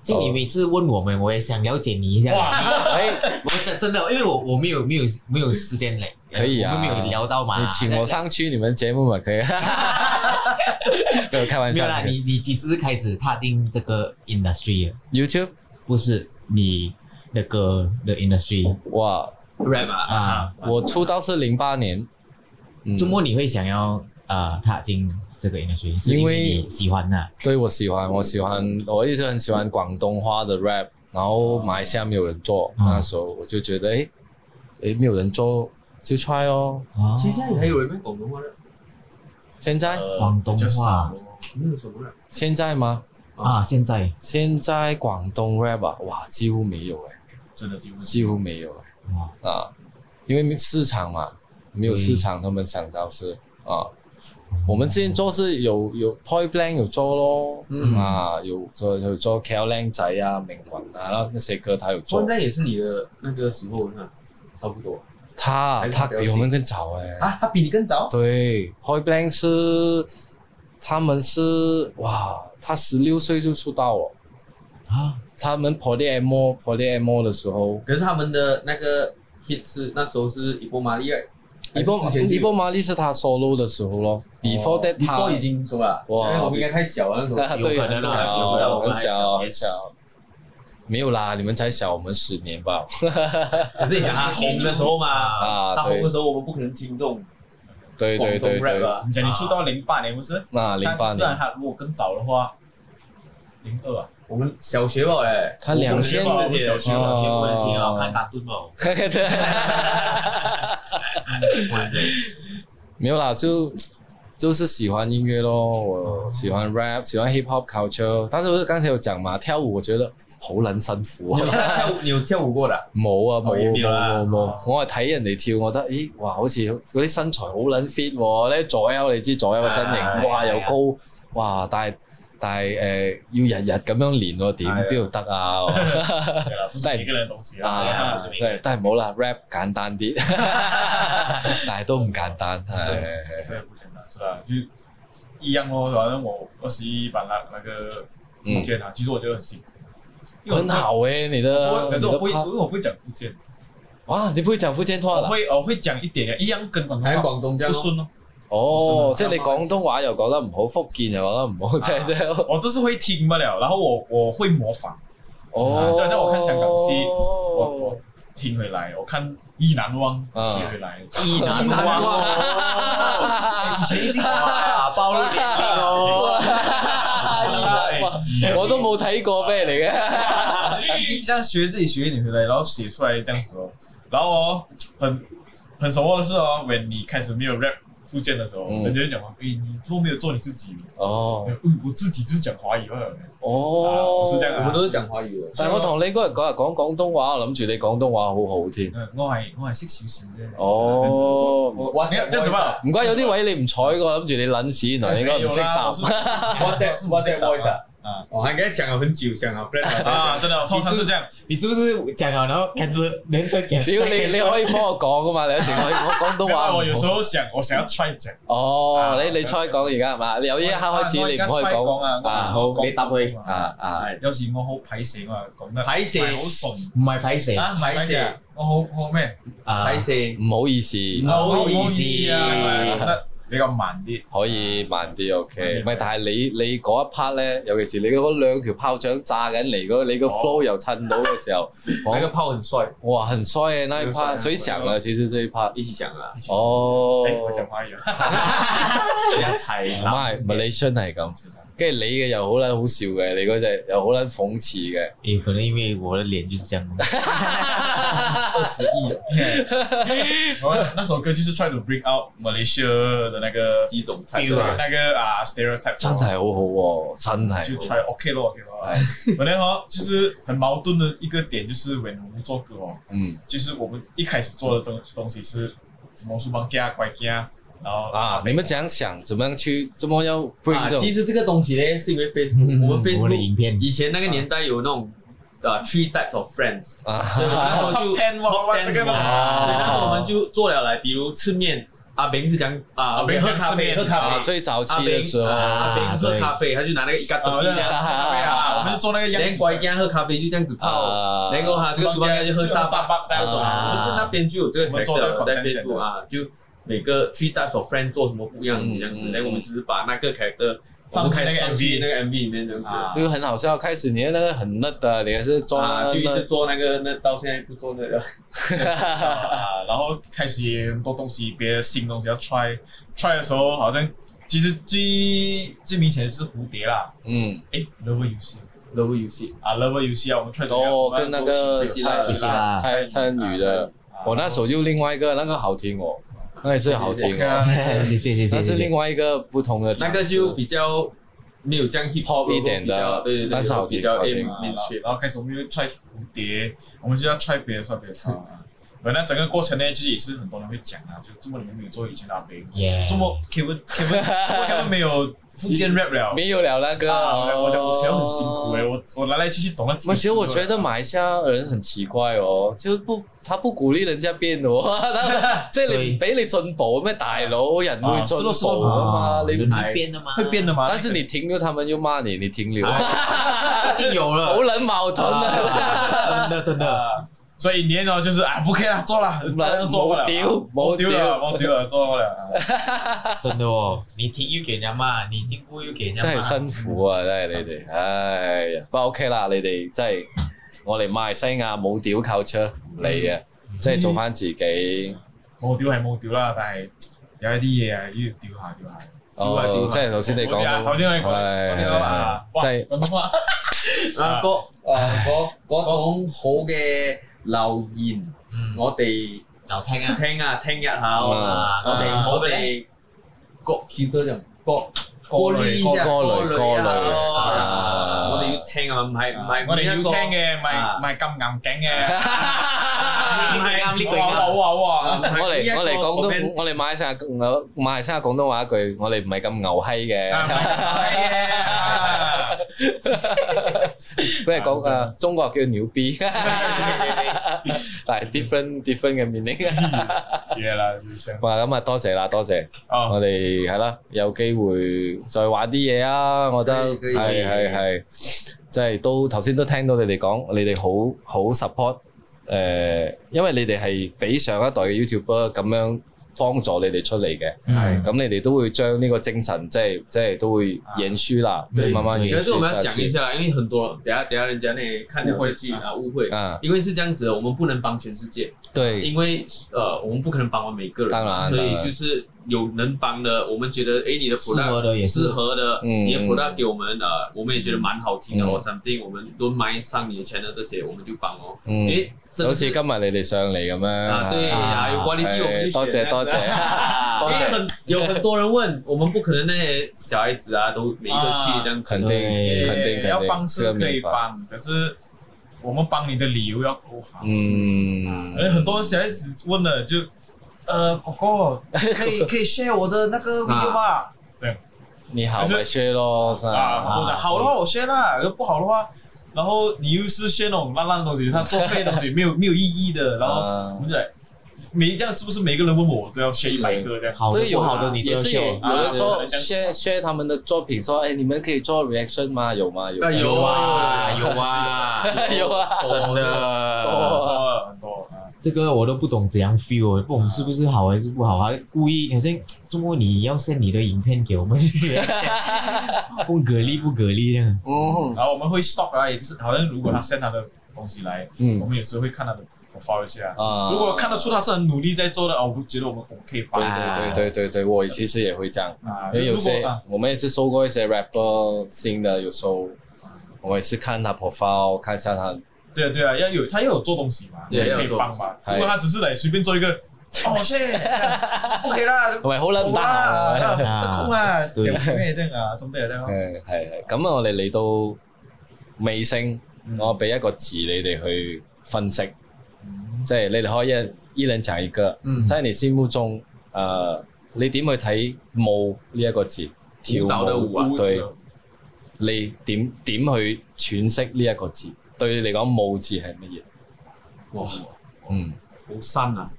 就你每次问我们，我也想了解你一下。哎，我是真的，因为我我没有没有没有时间嘞，可以啊我们没有聊到嘛。你请我上去你们节目嘛，可以，没有开玩哎没有笑啦，你你几时开始踏进这个 industry？的啊，YouTube，不是你那个的哦 industry 哇， rap 啊，啊？我出道是零八年，嗯周末你会想要呃踏进这个 industry，是因因为为你喜欢呐？对我喜欢，我喜欢，我一直很喜欢广东话的 rap，然后马来西亚没有人做，嗯那时候我就觉得，哎，哎，没有人做就 try 哦，哦其实现在还有人用广东话 rap，现在呃广东话比较少咯没有什么 rap。现在吗？啊，现在现在广东 rap 啊，哇，几乎没有哎、真的几乎几乎没有哎、哇啊，因为市场嘛，没有市场，他们想到是啊，我们之前做是有有 Point Blank 有做咯，嗯啊，有做有做 K L 靓仔啊、命运啊，然后那些歌他有做现，在也是你的那个时候，哈，差不多他啊还是他比较比我们更早哎、啊，他比你更早。对，Point Blank 是他们是哇，他十六岁就出道了，啊，他们 Polymo Polymo 的时候。可是他们的那个 hit 是那时候是一波玛丽尔，一波还是之前就有哦一波玛丽是他 solo 的时候咯，Before that 他 before 已经什么了？哇哇，我们应该太小了那时候。啊有对可能很啊有可能小我很小们还很小小，没有啦，你们才小我们十年吧？可是你啊讲他红的时候嘛，啊，他红 对的时候我们不可能听这种对对广东对 rap 对，啊你。讲你出道零八年不是？那零八但虽然年他如果更早的话，零二啊，我们小学吧，哎，他两千2000我吧们小学哦小学不能听哦，看卡顿哦。对， 没有啦，就就是喜欢音乐咯，我喜欢 rap，喜欢 hip hop culture，但是我刚才有讲嘛，跳舞我觉得好撚辛苦啊你。有跳舞，你有跳舞过的啊？冇啊哦冇已經冇變咗啦冇冇，我係睇人哋跳，我覺得咦哇，好似嗰啲身材好撚 fit 喎，咧左右你知左右嘅身係形，哇係又高，哇但係但係誒要日日咁樣練喎，點係啊邊度得啊？ 对啦，不是每个人的东西係啊啊啦不是。，真係都係冇啦，rap 簡單啲，但係都唔簡單，係係这也不简单，是吧？就一样哦，反正我二十一版那那个福建啊，其实我觉得很辛苦，因係为我很好誒，你我的可是我不你的会，part 因为我不会讲福建，哇，你不會講福建話我啦？会我会讲一点，一样跟广还有东话广东这样不哦。顺哦。哦我，即係你廣東話又講得唔好，福建又講得唔好，即係即係我就是会听不了，然后我我会模仿，哦，就好像我看香港戲我我我听回来，我看《意难忘》啊学回来， 一男哇哇哦 哦以前一定哇，暴露年龄哦。我都冇睇過咩嚟嘅，一定 这样学自己学一点回来，然后写出来这样子哦。然后哦，很很什么的是哦，when 你开始没有 rap 福建的时候，嗯人家就讲嘛，诶，你都没有做你自己，哦哎，我自己就是讲华语啊，哦，我是這樣我啊们都是讲华语的。但係我同你嗰日嗰日講廣東話，我諗住你廣東話好好添。嗯，我係我係識少少啫。哦，我你看這樣子吧，唔怪有啲位你唔睬嘅，我諗住你撚屎，原來你應該唔識 答。 WhatsApp WhatsApp voice 啊，啊我应该想了很久，想了 plan 啊，真的，通常是这样。你是不是讲好，然后开始连着讲？屌你，你可以幫我講噶嘛？你有時我 我廣東話唔好。我有時候想，我想要 try 講。哦，啊你你想猜講而家係嘛？你由呢一刻開始，你唔可以講啊好你答佢啊啊！有時我好睇死我講得睇死唔係好順。唔係睇死啊，唔系睇死蛇，我好好咩？啊！睇蛇，唔好意思，唔好我意思啊，講得比較慢啲。可以慢啲，OK。唔係，但係你你嗰一 part 咧，尤其是你嗰兩條炮仗炸緊嚟嗰，你個 flow 又襯到嘅時候，我那个炮很帅，哇，很帥嘅那一有帥 part，所以想了，其實這一 part。一起讲啊，哦，誒，我講華語 啊。一齊唔係 Malaysian 係咁，跟住你嘅又好撚好笑嘅，你嗰隻又好撚諷刺嘅。也可能因為我的臉就是這樣，二十亿我那首歌就是 try to bring out Malaysia 的那個几种菜 Feel 啊那個啊 stereotype。真係好好喎，真就係好。 try OK 咯，OK 咯。本来哈，就是很矛盾的一个点，就是我们做歌哦，嗯就是我们一开始做的东东西是什么书包啊架、拐架，然后啊，你們怎樣想？怎麼樣去？怎麼要 bring 啊，這種其？实这个东西呢，是因为 Facebook，我们我的 Facebook 影片以前那个年代有那种啊 three types of friends，所以我们那时候 top 就 ten 哇啊 top 哇 ten 这个嘛嘛，所以那时候我们啊，就做了来，比如吃面，阿炳是讲啊，阿炳炳喝讲咖吃啡，面喝咖啊，啡，最早阿期的炳時候，啊，阿炳喝对咖啡，他就拿那个一嘎啊咚对一样，啊对啊，我们就做那个样连子，乖跟他喝咖啡就这样子泡，啊然后他这个书包就喝吃完 Starbucks，Starbucks 这样子啊可是那边就有这个我们做这个 character 在 convention Facebook 啊，就每个 three types of friend 做什么不一样嗯的这样子哎嗯，然后我们只是把那个 character 放进那个放进 MV 那个 MV 里面这样子。啊這個很好笑。開始你的那個很嫩的，你還是裝啊，就一 直做那个，那到现在不做那个。 啊，然后开始也很多东西，别的新东西要 try try 的时候，好像其实最最明显的就是蝴蝶啦，嗯，诶 l o v e r 游戏 Love 游戏，啊 l o v e r 游戏啊，我们 try 怎么样哦，我们跟那做個起蔡不不起是来啦，蔡灿宇的，啊我那首就另外一個，那個好聽哦，那也是好聽对哦。啊謝謝謝但是謝另謝。外一个不同的，那个就比较没有这样 hip Pop 一点的比较对对对，但是好听比较好 A 听啊 main 然后开始我们就 try 蝴蝶，我们就要 try 别的 try 别的 try 啊。本来整个过程呢，其实也是很多人会讲啊，就这么你们没有做以前的阿飞，耶这么 Kevin Kevin 这么 Kevin 没 有福建 rap 了。 没有了那个。啊！我讲我写得很辛苦哎、我我来来去去懂了几我个其实词了。我觉得马来西亚人很奇怪哦，就不他不鼓励人家变哦， 他即系你唔俾你進步咩大佬，人會進啊是咯步是咯啊嘛，你你變的嗎？会变的吗？但是你停留，他們又罵你，你停留，啊一定有好了，撚矛盾啊！真的真的。啊，所以年呢就是啊，不可以啦，做啦，这样做不了，冇屌，我冇丢了，屌，我丢了，做不了。啊真的哦，你听又给人家骂，你进步又给人家骂， 真係辛苦啊！真係你哋，唉呀，不過 OK 啦，你哋真係我哋馬來西亞冇屌靠出唔理嘅，即係做翻自己。冇屌係冇屌啦，但係有一啲嘢啊，要屌下屌下。哦，即係頭先你講到，頭先我哋講係講係到啊，哇即係廣東話啊，嗰啊嗰嗰種好嘅留言，嗯，我我哋就聽啊，聽啊聽一下，我啊，我哋啊我哋各幾多人各過濾一下，過濾過一下濾咯啊我哋要聽啊，唔係唔係我哋要每一聽個嘅，唔係啊唔係咁硬頸 嘅。呢個啱，呢個哇啱，好啊好啊 啊！唔係我每一哋個我哋廣 comment 東，我哋馬來西亞我馬來西亞廣東話一句，我哋唔係咁牛閪啊唔係嘅， 咁佢係講啊中國叫牛逼， 但係 different different 嘅 meaning。 嘅嘢啦，就係這樣哇，咁啊多謝啦，多謝，哦，Ờ, 我哋係啦，有機會再玩啲嘢啊，我覺得可以可以係係係，即係都頭先都聽到你哋講，你哋好好 support 誒、因為你哋係比上一代嘅 YouTuber 咁樣幫助你哋出嚟嘅。嗯，咁你哋都會將呢個精神，即係即係都會延續啦，對慢慢延可是我續們要下講一去。下，因為很多等下等下人家那看了這句啊誤會，啊，因為是這樣子的，我們不能幫全世界，對，因为呃，我们不可能帮完每个人，当然所当以然就是有能帮的，我们觉得诶你的适合 product 的也适是。合的，嗯你的 product 给我们呃，我们也觉得蛮好听的嗯或 something，我们都 mind 上你的 channel 这些，我们就帮哦。嗯，诶，真好的似今日是你哋上嚟咁啊，对样，啊，有 quality 啊我们係就多謝选哎多謝。 因多为謝，很有很多人问，我们不可能那些小孩子啊都每一个去这样子肯定對肯定肯定，要帮這是個可以明白。帮，可是我们帮你的理由要够好。嗯，而且哎很多小孩子问了就，呃，哥哥可 以可以 share 我的那个 video 吧？你好可咪 share 咯，真係啊，我讲好的话我 share 啦，如果不好的话，然后你又是 share 那种烂烂的东西，他作废的东西，没有没有意义的，然后啊我们就来，每这样是不是每个人问我，我都要 share 一百个这样？好对的有不啊好的你都也要是有，秀有人说啊 share share 他们的作品，说哎，你们可以做 reaction 吗？有吗？有啊有啊有啊，哎有 啊，真的，哦多很多啊，这个我都不懂怎样 feel，不懂是不是好还是不好，还故意好像中国你要 send 你的影片给我们， 不蛤蜊不蛤蜊这哦样，嗯然后我们会 stop 啊，也就是好像如果他 send 他的东西来，我嗯们有时候会看他的 profile 一下，啊如果看得出他是很努力在做的啊，我们觉得我们我们可以帮对对对对对对，我其实也会这样，啊，因为有如些果啊，我们也是收过一些 rapper 新的，有时候我也是看他 profile，看一下他对啊对啊，要有他要有做东西嘛，对才可要有以做帮嘛。是如果他只是来随便做一个，哦去， 不可以 啦，喂好啊撚走 啦，大。得空啦，對屌咩啫啊，咁咩啫？係係係咁啊！我哋嚟到尾聲，嗯我俾一個字你哋去分析，嗯即係你哋可以一人講一個，嗯即係你心目中誒、呃你點去睇舞呢一個字？跳舞蹈的舞啊對，你點點去詮釋呢一個字？對你嚟講，舞字係乜嘢？哇，嗯，好深啊，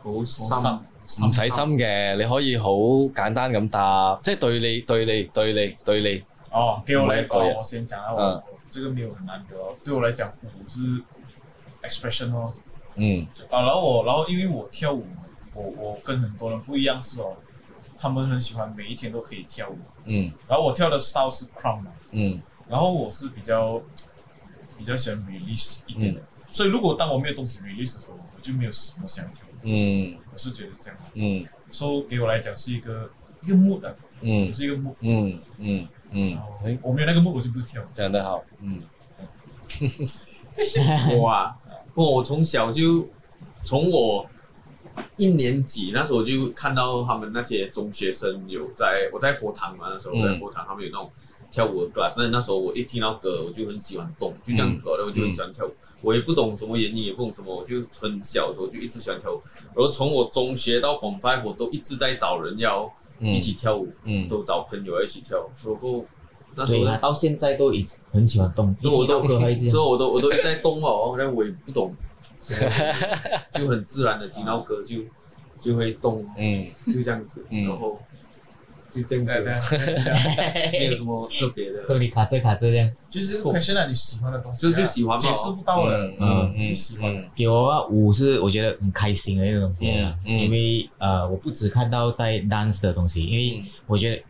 好啊深，唔使心嘅，你可以好簡單咁答，即係對你對你對你對你，哦，给我我来也可以嗯讲，我先讲啊，我这个没有很难得哦，对我来讲，舞是 expression 哦。嗯啊，然后我，然后因为我跳舞，我我跟很多人不一样是哦，他们很喜欢每一天都可以跳舞，嗯然后我跳的 style 是 crown 嘛，嗯然后我是比较比较喜欢 release 一点的，所以如果当我没有东西 release 的时候，我就没有什么想跳，嗯我是觉得这样，嗯所、以给我来讲是一个一个 mood 啊，嗯我。是一个 mood，嗯嗯嗯然，后哎，我没有那个 mood 我就不跳，讲得好，嗯哇！我从小就从我一年级那时候就看到他们那些中学生有在我在佛堂嘛，那时候嗯我在佛堂，他们有那种跳舞的 class。那那时候我一听到歌，我就很喜欢动，就这样子搞的，我就很喜欢跳舞。我也不懂什么原因，也不懂什么，我就很小的时候就一直喜欢跳舞。然后从我中学到 form five，我都一直在找人要一嗯起跳舞，嗯都找朋友要一起跳。舞。然后那时对候啦，到现在都已经很喜欢动，所以我都一提到歌还是所以我都我都一直在动哦，但我也不懂，就很自然的听到歌就就会动，啊嗯就这样子，嗯然后就这样对啊子，对，没有什么特别的，这里卡这卡这这样，就是个 passion 啊，你喜欢的东西、就啊，就喜欢嘛哦解，释不到的，你喜欢。嗯给我啊舞是我觉得很开心的一个东西啊，嗯嗯因为呃我不只看到在 dance 的东西，因为我觉得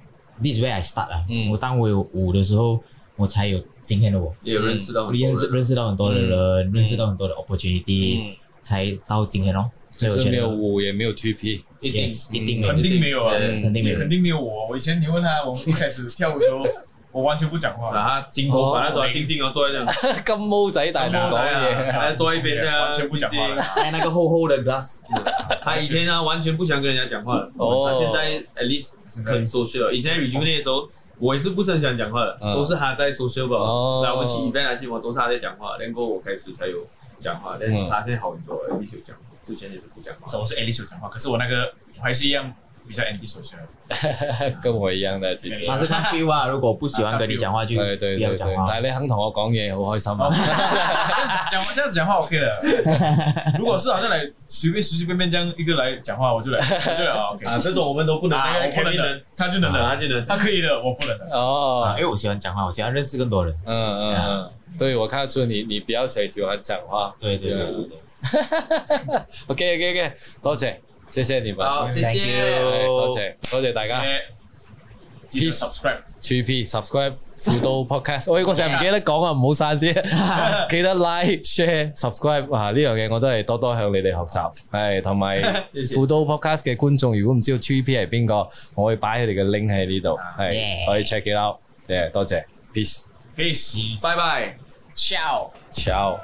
this is where I start 啊，嗯我当我有舞的时候，我才有今天的我，也有认识到很多认识人，认识到很多的人，认识到很多的 opportunity，、嗯，才到今天哦，所以我就是觉没有得舞也没有 TP，一定 yes 一定没嗯有肯定没有啊，对肯定没也有肯。定没有哦我。我以前你问他，我们一开始跳舞的时候，我完全不讲话，啊，他金头发那时候还静静的坐在这样，金毛仔但金冇講毛仔哎啊嘢，他坐在一边这样，完全不讲话了静静。戴那个厚厚的 glass， 他以前呢啊完全不想跟人家讲话的，哦他现在 at least 现在肯 social 了。以前 r e j u v e n a 的时候，我也是不是很喜欢讲话的，嗯都是他在 social 吧。哦然后我去 event 啊，去什么都是他在讲话，然后我开始才有讲话，但嗯是他现在好很多了，一直有讲话，之前也是不讲话。所以我是 Alice 有讲话，可是我那个我还是一样比较 anti social。跟我一樣嘅其實。他是看 feel 啊，如果不喜欢跟你讲话就對對不要對讲對，话。但係你肯同我講嘢，好開心哦 啊！这样讲这样子讲话 OK 的。 如果是好像来随便随随便便这样一个来讲话，我就来，我就来 啊 OK。 啊，这种我们都不能，啊那个我不 Kevin 啊能能的，他就能能，的，他就能。他可以的，我不能的。哦啊因，为我喜欢讲话，我喜欢认识更多人。嗯嗯嗯，對我看得出你你比較喜歡講話。对对对对对。 OK OK OK，多謝，謝謝你們，好，谢谢。係多謝多謝大家。谢谢记啊得 Peace subscribe。 TP subscribe 輔導 podcast。我我成日唔記得講啊，唔好刪 啲，記得 like、share、subscribe 啊！呢樣嘢我都係多多向你哋學習，係同埋輔導 podcast 嘅觀眾，如果唔知道 GP 係邊個，我會擺佢哋嘅 link 喺呢度，係 Yeah 可以 check it out。誒，多謝，peace，ciao Peace。拜拜。 Ciao。。